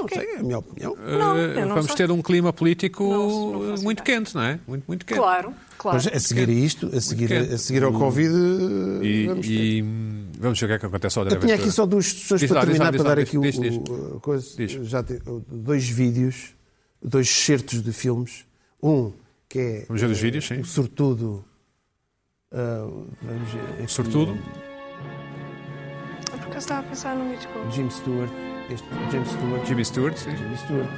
B: Não sei, é a minha opinião.
C: Não,
A: Eh,
C: eu não
A: Vamos
C: sei.
A: ter um clima político
C: Não, não faço
A: muito
C: ideia.
A: quente, não é? Muito, muito quente.
C: Claro, claro.
B: Mas a seguir a isto, a seguir,
A: quer?
B: a seguir ao Covid, eh,
A: E,
B: vamos ter.
A: e, hum, vamos ver o que é que acontece ao André
B: Eu tinha aqui
A: Ventura.
B: só duas sessões
A: Diz
B: para
A: lá, diz lá,
B: terminar,
A: diz
B: para
A: lá,
B: dar
A: diz,
B: aqui o,
A: diz, diz.
B: o- a coisa.
A: Diz.
B: Já te- dois vídeos, dois certos de filmes. Um que é
A: Vamos ver os vídeos, sim.
B: o Sortudo. ah, vamos ver. aqui,
A: Sortudo.
C: Por acaso estava a pensar no Hitchcock.
B: Jim Stewart. Este Jim Stewart.
A: Jimmy Stewart, sim.
B: Jim Stewart.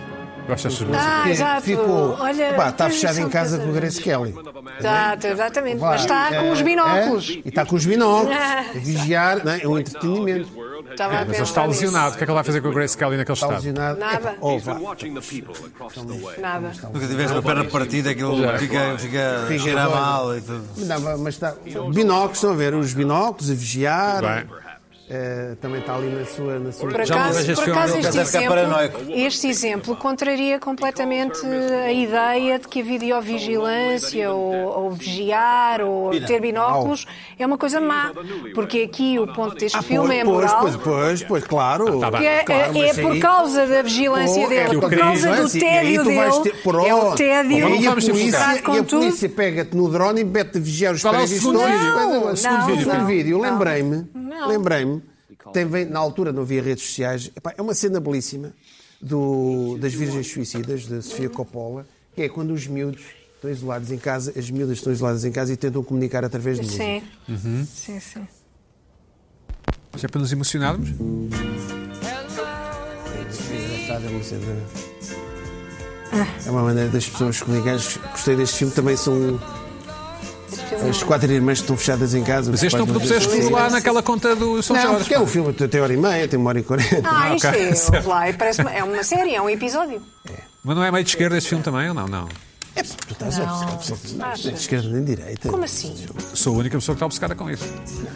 A: Gostas das músicas?
C: Ah,
B: Que é-
C: exato.
B: Ficou.
C: Olha,
B: Pá, está
C: depois
B: fechado
C: são
B: em casa com o
C: coisas-
B: Grace Kelly.
C: Exato, exatamente.
B: Vai,
C: Mas está
B: é,
C: com os binóculos.
B: é, e está com os
C: (laughs)
B: binóculos. a vigiar. Não é? é um entretenimento.
C: Estava a
A: Mas
C: pensar
A: ele está
C: nisso.
A: lesionado. O que é que ele vai fazer com o Grace Kelly naquele
B: Está
A: estado?
B: lesionado.
C: Nada.
B: Oh, vá.
C: Nada.
D: Nunca tiveste uma perna partida, aquilo fica, fica,
B: Fica
D: cheira
B: doido.
D: mal e tudo.
B: Não, mas está. Binóculos, estão a ver? Os binóculos a vigiar.
A: Bem.
B: Eh, também está ali na sua. Na sua...
C: Por
A: Já não
C: acaso,
A: vejo
C: por
A: este
C: acaso
A: filme.
C: este,
D: Deve ficar paranoico.
C: exemplo, este exemplo contraria completamente a ideia de que a videovigilância ou, ou vigiar ou ter binóculos é uma coisa má. Porque aqui o ponto deste filme é
B: Ah, pois,
C: moral.
B: pois, pois, pois, claro.
A: tá bem.
C: que é,
B: Claro,
C: é
B: mas
C: por
B: aí-
C: causa da vigilância
B: Pô, é
A: que
C: dele,
A: eu
C: por
A: queria-
C: causa do
B: Vigilância, e aí
C: tédio
B: tu vais
C: dele.
B: ter-
C: É o
B: Pronto.
A: Mas
C: tédio
A: não
B: E a
A: vamos ter
B: polícia,
C: misturado
A: publicidade.
B: e
C: com
B: a
C: tudo.
B: polícia pega-te no drone e mete a vigiar os
A: Vai lá é o
B: prédios
A: segundo
B: todos.
A: vídeo.
B: Vai lá,
C: Não,
B: segundo vídeo.
A: não,
B: Segundo vídeo.
C: não.
B: Lembrei-me,
C: Não.
B: lembrei-me, tem- vem- na altura não havia redes sociais, Epá, é uma cena belíssima do, das Virgens Suicidas, da Sofia Coppola, que é quando os miúdos estão isolados em casa, as miúdas estão isoladas em casa e tentam comunicar através de música.
C: Sim. sim, sim.
A: Isto é para nos emocionarmos?
B: Engraçado, é uma cena.
C: Ah.
B: É uma maneira das pessoas comunicarem. Gostei deste filme, também são
C: Este filme
B: as quatro irmãs que estão fechadas em casa.
A: Mas este não propuseste
B: processo
A: tudo lá naquela conta do São
B: Não,
A: Jorge.
B: porque é um filme que tem hora e meia, tem uma hora e quarenta.
C: Ah, isto
A: ok.
C: é, ouve lá, e parece uma- é uma série, é um episódio.
A: Mas não é meio de esquerda este filme também, ou não? Não.
B: É, tu estás a assim,
C: achas?
B: de esquerda nem direita.
C: Como assim?
A: Sou a única pessoa que está obcecada com isso.
C: assim?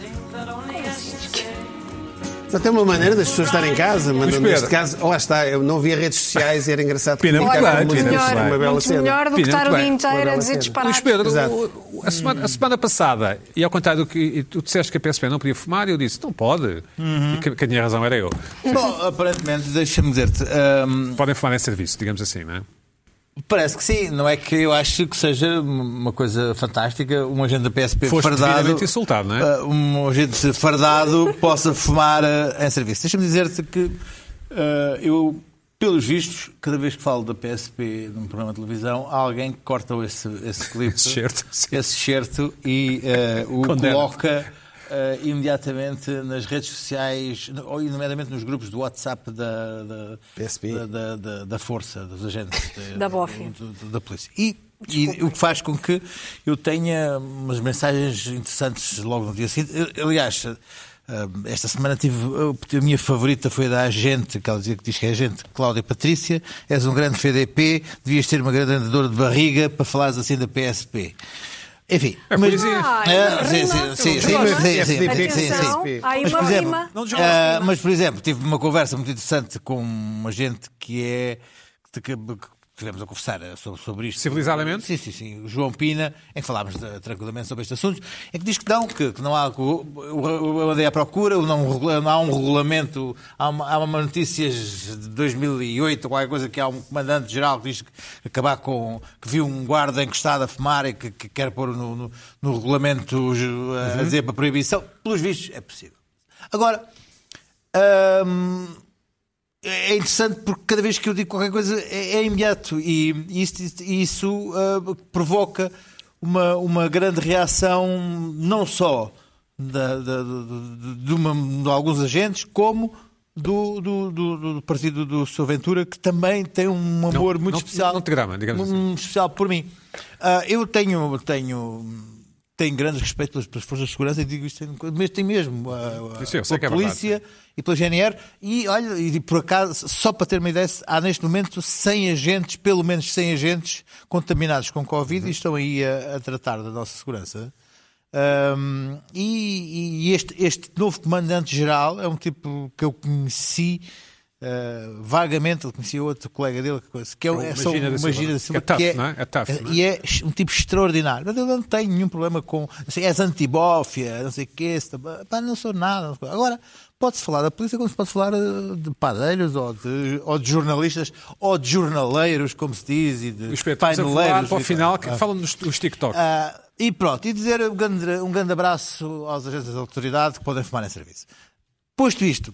B: Não tem uma maneira das pessoas estarem em casa, mas
A: Pedro-
B: neste caso, lá está, eu não via redes sociais e era engraçado.
A: Pena
B: comunicar
A: muito
B: com
A: bem,
B: uma
A: pena
B: música,
A: muito
B: uma
A: bem.
B: bela
C: muito
B: cena.
C: melhor do que
A: Pina,
C: estar o
A: muito
C: dia
A: bem.
B: Uma
C: inteiro a
B: bela
C: dizer
B: cena.
A: Luís
C: disparados.
A: Pedro,
B: Exato.
A: o- o- a, semana, a semana passada, e ao contrário do que e tu disseste que a PSP não podia fumar, eu disse, não pode.
B: Uhum.
A: E que, que a minha razão era eu.
D: Bom, aparentemente, deixa-me dizer-te, hum,
A: Podem fumar em serviço, digamos assim, não é?
D: parece que sim, não é que eu acho que seja uma coisa fantástica, um agente da PSP
A: Foste
D: fardado.
A: devidamente insultado, não é?
D: ah, um agente
A: (laughs)
D: fardado possa fumar ah, em serviço. Deixa-me dizer-te que ah, eu, pelos vistos, cada vez que falo da PSP num programa de televisão, há alguém que corta esse, esse clipe,
A: Esse certo, sim.
D: esse certo e ah, o
A: Condena-te.
D: coloca. ah, imediatamente nas redes sociais, ou nomeadamente nos grupos do WhatsApp da, da-
B: PSP.
D: da- da, da- da força, dos agentes
C: Da BOFE.
D: eh, do- do- da polícia. E, e o que faz com que eu tenha umas mensagens interessantes logo no dia seguinte. Eu- Aliás, ah, esta semana tive. A minha favorita foi a da agente, que ela dizia que diz que é agente, Cláudia Patrícia. És um grande FDP, devias ter uma grande dor de barriga para falares assim da PSP. Enfim.
A: É poesia.
D: Ah, sim, sim, sim, sim, sim, sim, sim, sim, sim.
C: Atenção, há aí
D: Mas,
C: uma
D: por exemplo,
C: rima.
A: Não desgosto,
D: ah, mas, por exemplo, tive uma conversa muito interessante com uma gente que é. que- que- que Tivemos a conversar eh, sobre, sobre isto.
A: Civilizadamente?
D: Sim, sim, sim. O João Pina, em que falámos de- tranquilamente sobre este assunto, é que diz que não, que, que não há. que o- o- Eu andei à procura, não, regula- não há um regulamento. Há uma, há uma notícia de 2008 ou qualquer coisa que há um comandante-geral que diz que acabar com. que viu um guarda encostado a fumar e que, que quer pôr no, no- no regulamento ju- a dizer para proibição. Pelos vistos, é possível. Agora. hum, é interessante porque cada vez que eu digo qualquer coisa é, é imediato e isso, isso, ah, provoca uma, uma grande reação não só da- da- de, de- de uma- de alguns agentes como do, do, do- do partido do Sr. Ventura, que também tem um amor muito
A: não-
D: especial.
A: não te grama, digamos assim.
D: um, especial por mim. Ah, eu tenho, tenho, tenho grande respeito pelas, pelas forças de segurança e digo isto, mas tem mesmo ah, ah,
A: Isso eu sei
D: pela
A: que é verdade.
D: polícia e pela GNR. E olha, e por acaso, só para ter uma ideia, há neste momento 100 agentes, pelo menos 100 agentes, contaminados com
A: Uhum.
D: Covid e estão aí a, a tratar da nossa segurança. Ahm, e e este, este novo comandante-geral é um tipo que eu conheci ah, vagamente, eu conheci outro colega dele, que conhece- que é,
A: É
D: é
A: o
D: só
A: Magina da
D: um
A: Silva,
D: Magina da Silva,
A: que é
D: que
A: tough, não é? É tough, não é?
D: E é ex- um tipo extraordinário. Mas eu não tenho nenhum problema com. Assim, és antibófia, não sei o quê. esse tab- Pá, não sou nada. não sou- Agora, pode-se falar da polícia como se pode falar eh, de padeiros ou de, ou de jornalistas ou de jornaleiros, como se diz, e de
A: Os paineleiros. Vamos a falar
D: paineleiros.
A: para o
D: e-
A: final, que falam dos, dos TikTok.
D: Ah, e pronto, e dizer um grande, um grande abraço aos agentes da autoridade que podem fumar em serviço. Posto isto,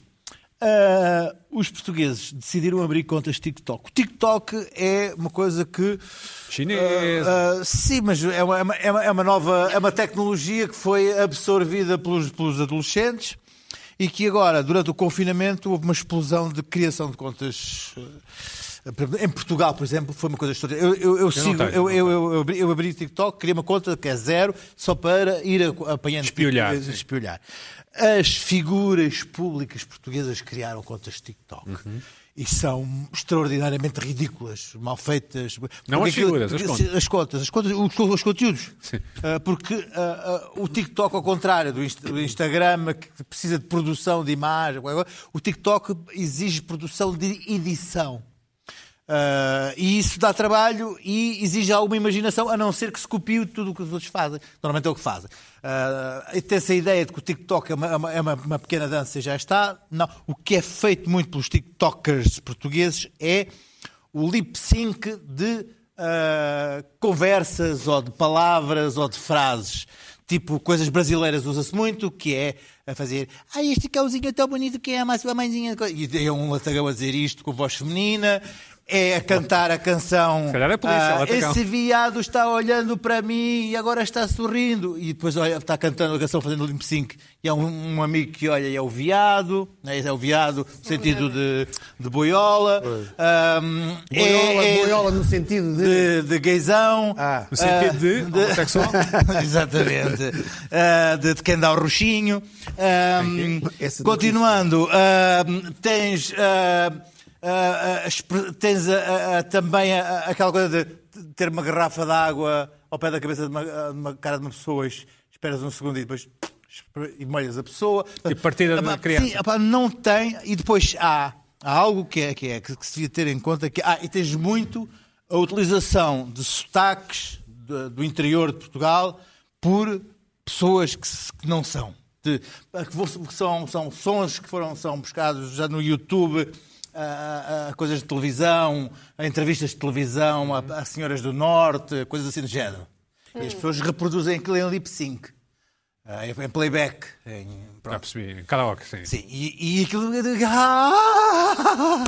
D: ah, os portugueses decidiram abrir contas TikTok. O TikTok é uma coisa que.
A: Chinês.
D: Ah, ah, sim, mas é uma, é uma- é uma- é uma nova. É uma tecnologia que foi absorvida pelos, pelos adolescentes e que agora, durante o confinamento, houve uma explosão de criação de contas. ah, por exemplo, Em Portugal, por exemplo, foi uma coisa extraordinária. Eu, eu- eu sigo,
A: tenho,
D: eu-
A: não
D: eu- eu, eu abri, eu abri TikTok, criei uma conta que é zero, só para ir a- apanhando
A: Espiolhar,
D: TikToks,
A: sim.
D: espiolhar. As figuras públicas portuguesas criaram contas de TikTok.
A: Uhum.
D: E são extraordinariamente ridículas, mal feitas.
A: Não
D: Porque
A: as figuras, as
D: se-
A: contas.
D: as contas, as contas, os, os conteúdos. Ah, porque ah, ah, o TikTok, ao contrário do, Inst- do Instagram, que precisa de produção de imagem, qualquer coisa, o TikTok exige produção de edição. Ah, e isso dá trabalho e exige alguma imaginação, a não ser que se copie tudo o que os outros fazem. Normalmente é o que fazem. Ah, e ter-se a ideia de que o TikTok é uma, é uma- é uma- uma pequena dança e já está. Não. O que é feito muito pelos TikTokers portugueses é o lip sync de ah, conversas ou de palavras ou de frases. Tipo, coisas brasileiras usa-se muito, que é a fazer Ah, este cãozinho é tão bonito que é a sua mãezinha. E é um latagão a dizer isto com voz feminina. É a cantar a canção
A: Se calhar é polícia,
D: ah,
A: lá está cá.
D: Esse viado está olhando para mim e agora está sorrindo. E depois olha, está cantando a canção, fazendo limp sync. E há um, um amigo que olha e é o viado. né? É o viado no sentido de, de boiola. Ahm,
B: Boiola,
D: é- é-
B: boiola no sentido de...
D: de, de gaysão.
B: Ah.
A: No sentido
D: Ah,
A: de homossexual?
D: (laughs) Exatamente. Ah, de, de quem dá o roxinho. Ah,
B: Essa
D: continuando, ah, tens, ah, ah, ah, expre- tens ah, ah, ah, também ah, ah, aquela coisa de ter uma garrafa de água ao pé da cabeça de uma, ah, de uma cara de uma pessoa, e esperas um segundo e depois esper- e molhas a pessoa.
A: E partida
D: Ah, pá,
A: da criança.
D: sim, ah, pá, não tem. E depois há, há algo que é, que é que se devia ter em conta que ah, e tens muito a utilização de sotaques de- do interior de Portugal por pessoas que, se- que não são. De- ah, que vão- que são, são sons que foram são buscados já no YouTube. A, coisas de televisão, a entrevistas de televisão, a, a senhoras do norte, a coisas assim do género. E as pessoas reproduzem aquilo em lip sync, ah, em em playback. Em, pronto.
A: Já percebi. Karaoke, sim.
D: Sim, e, e aquilo. "Ah!"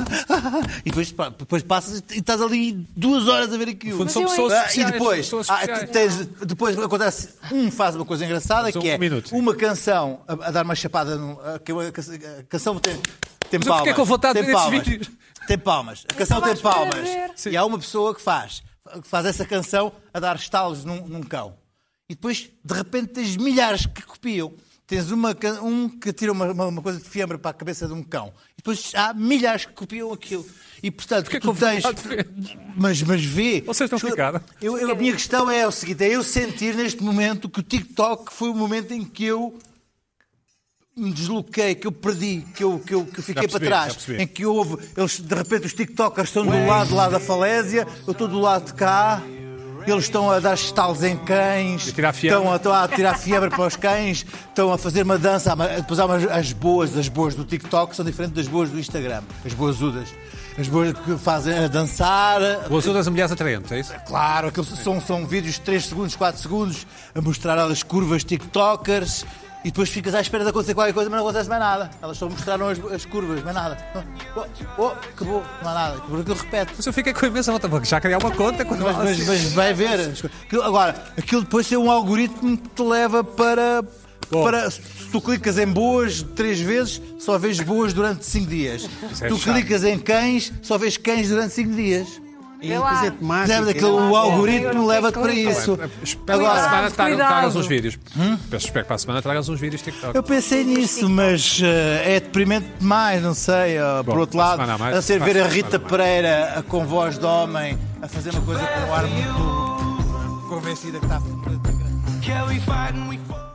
D: E depois, pá, depois passas e estás ali duas horas a ver aquilo.
A: fundo,
C: são pessoas
D: Ah, E
A: especiais,
D: depois,
A: são pessoas
D: ah,
A: especiais.
D: tens- depois acontece. Um faz uma coisa engraçada
A: Só
D: que
A: um
D: é
A: minuto, sim.
D: uma canção a, a dar uma chapada. num- a- que é uma canção- a canção tem, tem
A: Mas eu
D: palmas.
A: fiquei com vontade de
D: tem
A: ver esses
D: palmas,
A: vídeos.
D: (laughs) Tem palmas. A canção
C: estava à
D: tem
C: espera de
D: palmas.
C: ver.
A: Sim.
D: E há uma pessoa que faz, que faz essa canção a dar estalos num, num cão. E depois, de repente, tens milhares que copiam. Tens uma, ca- um que tira uma, uma- uma coisa de fiambre para a cabeça de um cão. E depois há milhares que copiam aquilo. E, portanto,
A: Fiquei
D: tu
A: com
D: tens...
A: vontade de ver.
D: Mas, mas vê...
A: Vocês estão
D: Escuta,
A: ficaram.
D: eu- eu- A minha questão é o seguinte. É eu sentir, neste momento, que o TikTok foi o momento em que eu me desloquei, que eu perdi, que eu, que eu, que eu fiquei
A: percebi,
D: para
A: já
D: trás,
A: percebi.
D: em que houve, eles, de repente os TikTokers estão do lado lá da falésia, eu estou do lado de cá, eles estão a dar estalos em cães,
A: A tirar fiebre.
D: estão, a, estão a tirar fiebre para os cães, estão a fazer uma dança, há uma- depois há umas, as boas, as boas do TikTok são diferentes das boas do Instagram, as boas udas. As boas que fazem a dançar,
A: O azul das mulheres atraentes, é isso?
D: Claro, aqueles são, são vídeos de 3 segundos, 4 segundos, a mostrar as curvas TikTokers e depois ficas à espera de acontecer qualquer coisa, mas não acontece mais nada. Elas só mostraram as, as curvas, mais nada. Oh, oh, acabou, não há nada. Porque aquilo repete.
A: Mas eu fiquei com a imensa vontade. Vou Já criar uma conta quando
D: Mas, mas- mas vai ver. Aquilo- agora, aquilo depois é um algoritmo que te leva para.
A: Bom.
D: para se tu clicas em boas três vezes, só vês boas durante cinco dias.
A: é
D: tu
A: chato.
D: clicas em cães, só vês cães durante cinco dias.
C: Vê lá.
B: Pois é, temática.
D: Sabe, aquele,
C: lá,
D: o
C: é. Eu
D: algoritmo
C: não
D: leva-te
C: sei é
D: para
C: clicar.
D: isso. Hum?
A: Espero que para a
D: Agora,
A: semana tra-
C: cuidado.
A: tragas uns vídeos. Peço Espero que para a semana tragas uns vídeos TikTok.
D: eu pensei nisso, mas eh, é deprimente demais, não sei. eh,
A: Bom,
D: por outro
A: para a
D: lado,
A: semana a mais,
D: a ser
A: para a
D: ver a
A: semana a
D: Rita
A: mais.
D: Pereira a, com voz de homem a fazer uma coisa com um ar muito convencida que está a
E: Yeah, we fight and we fall.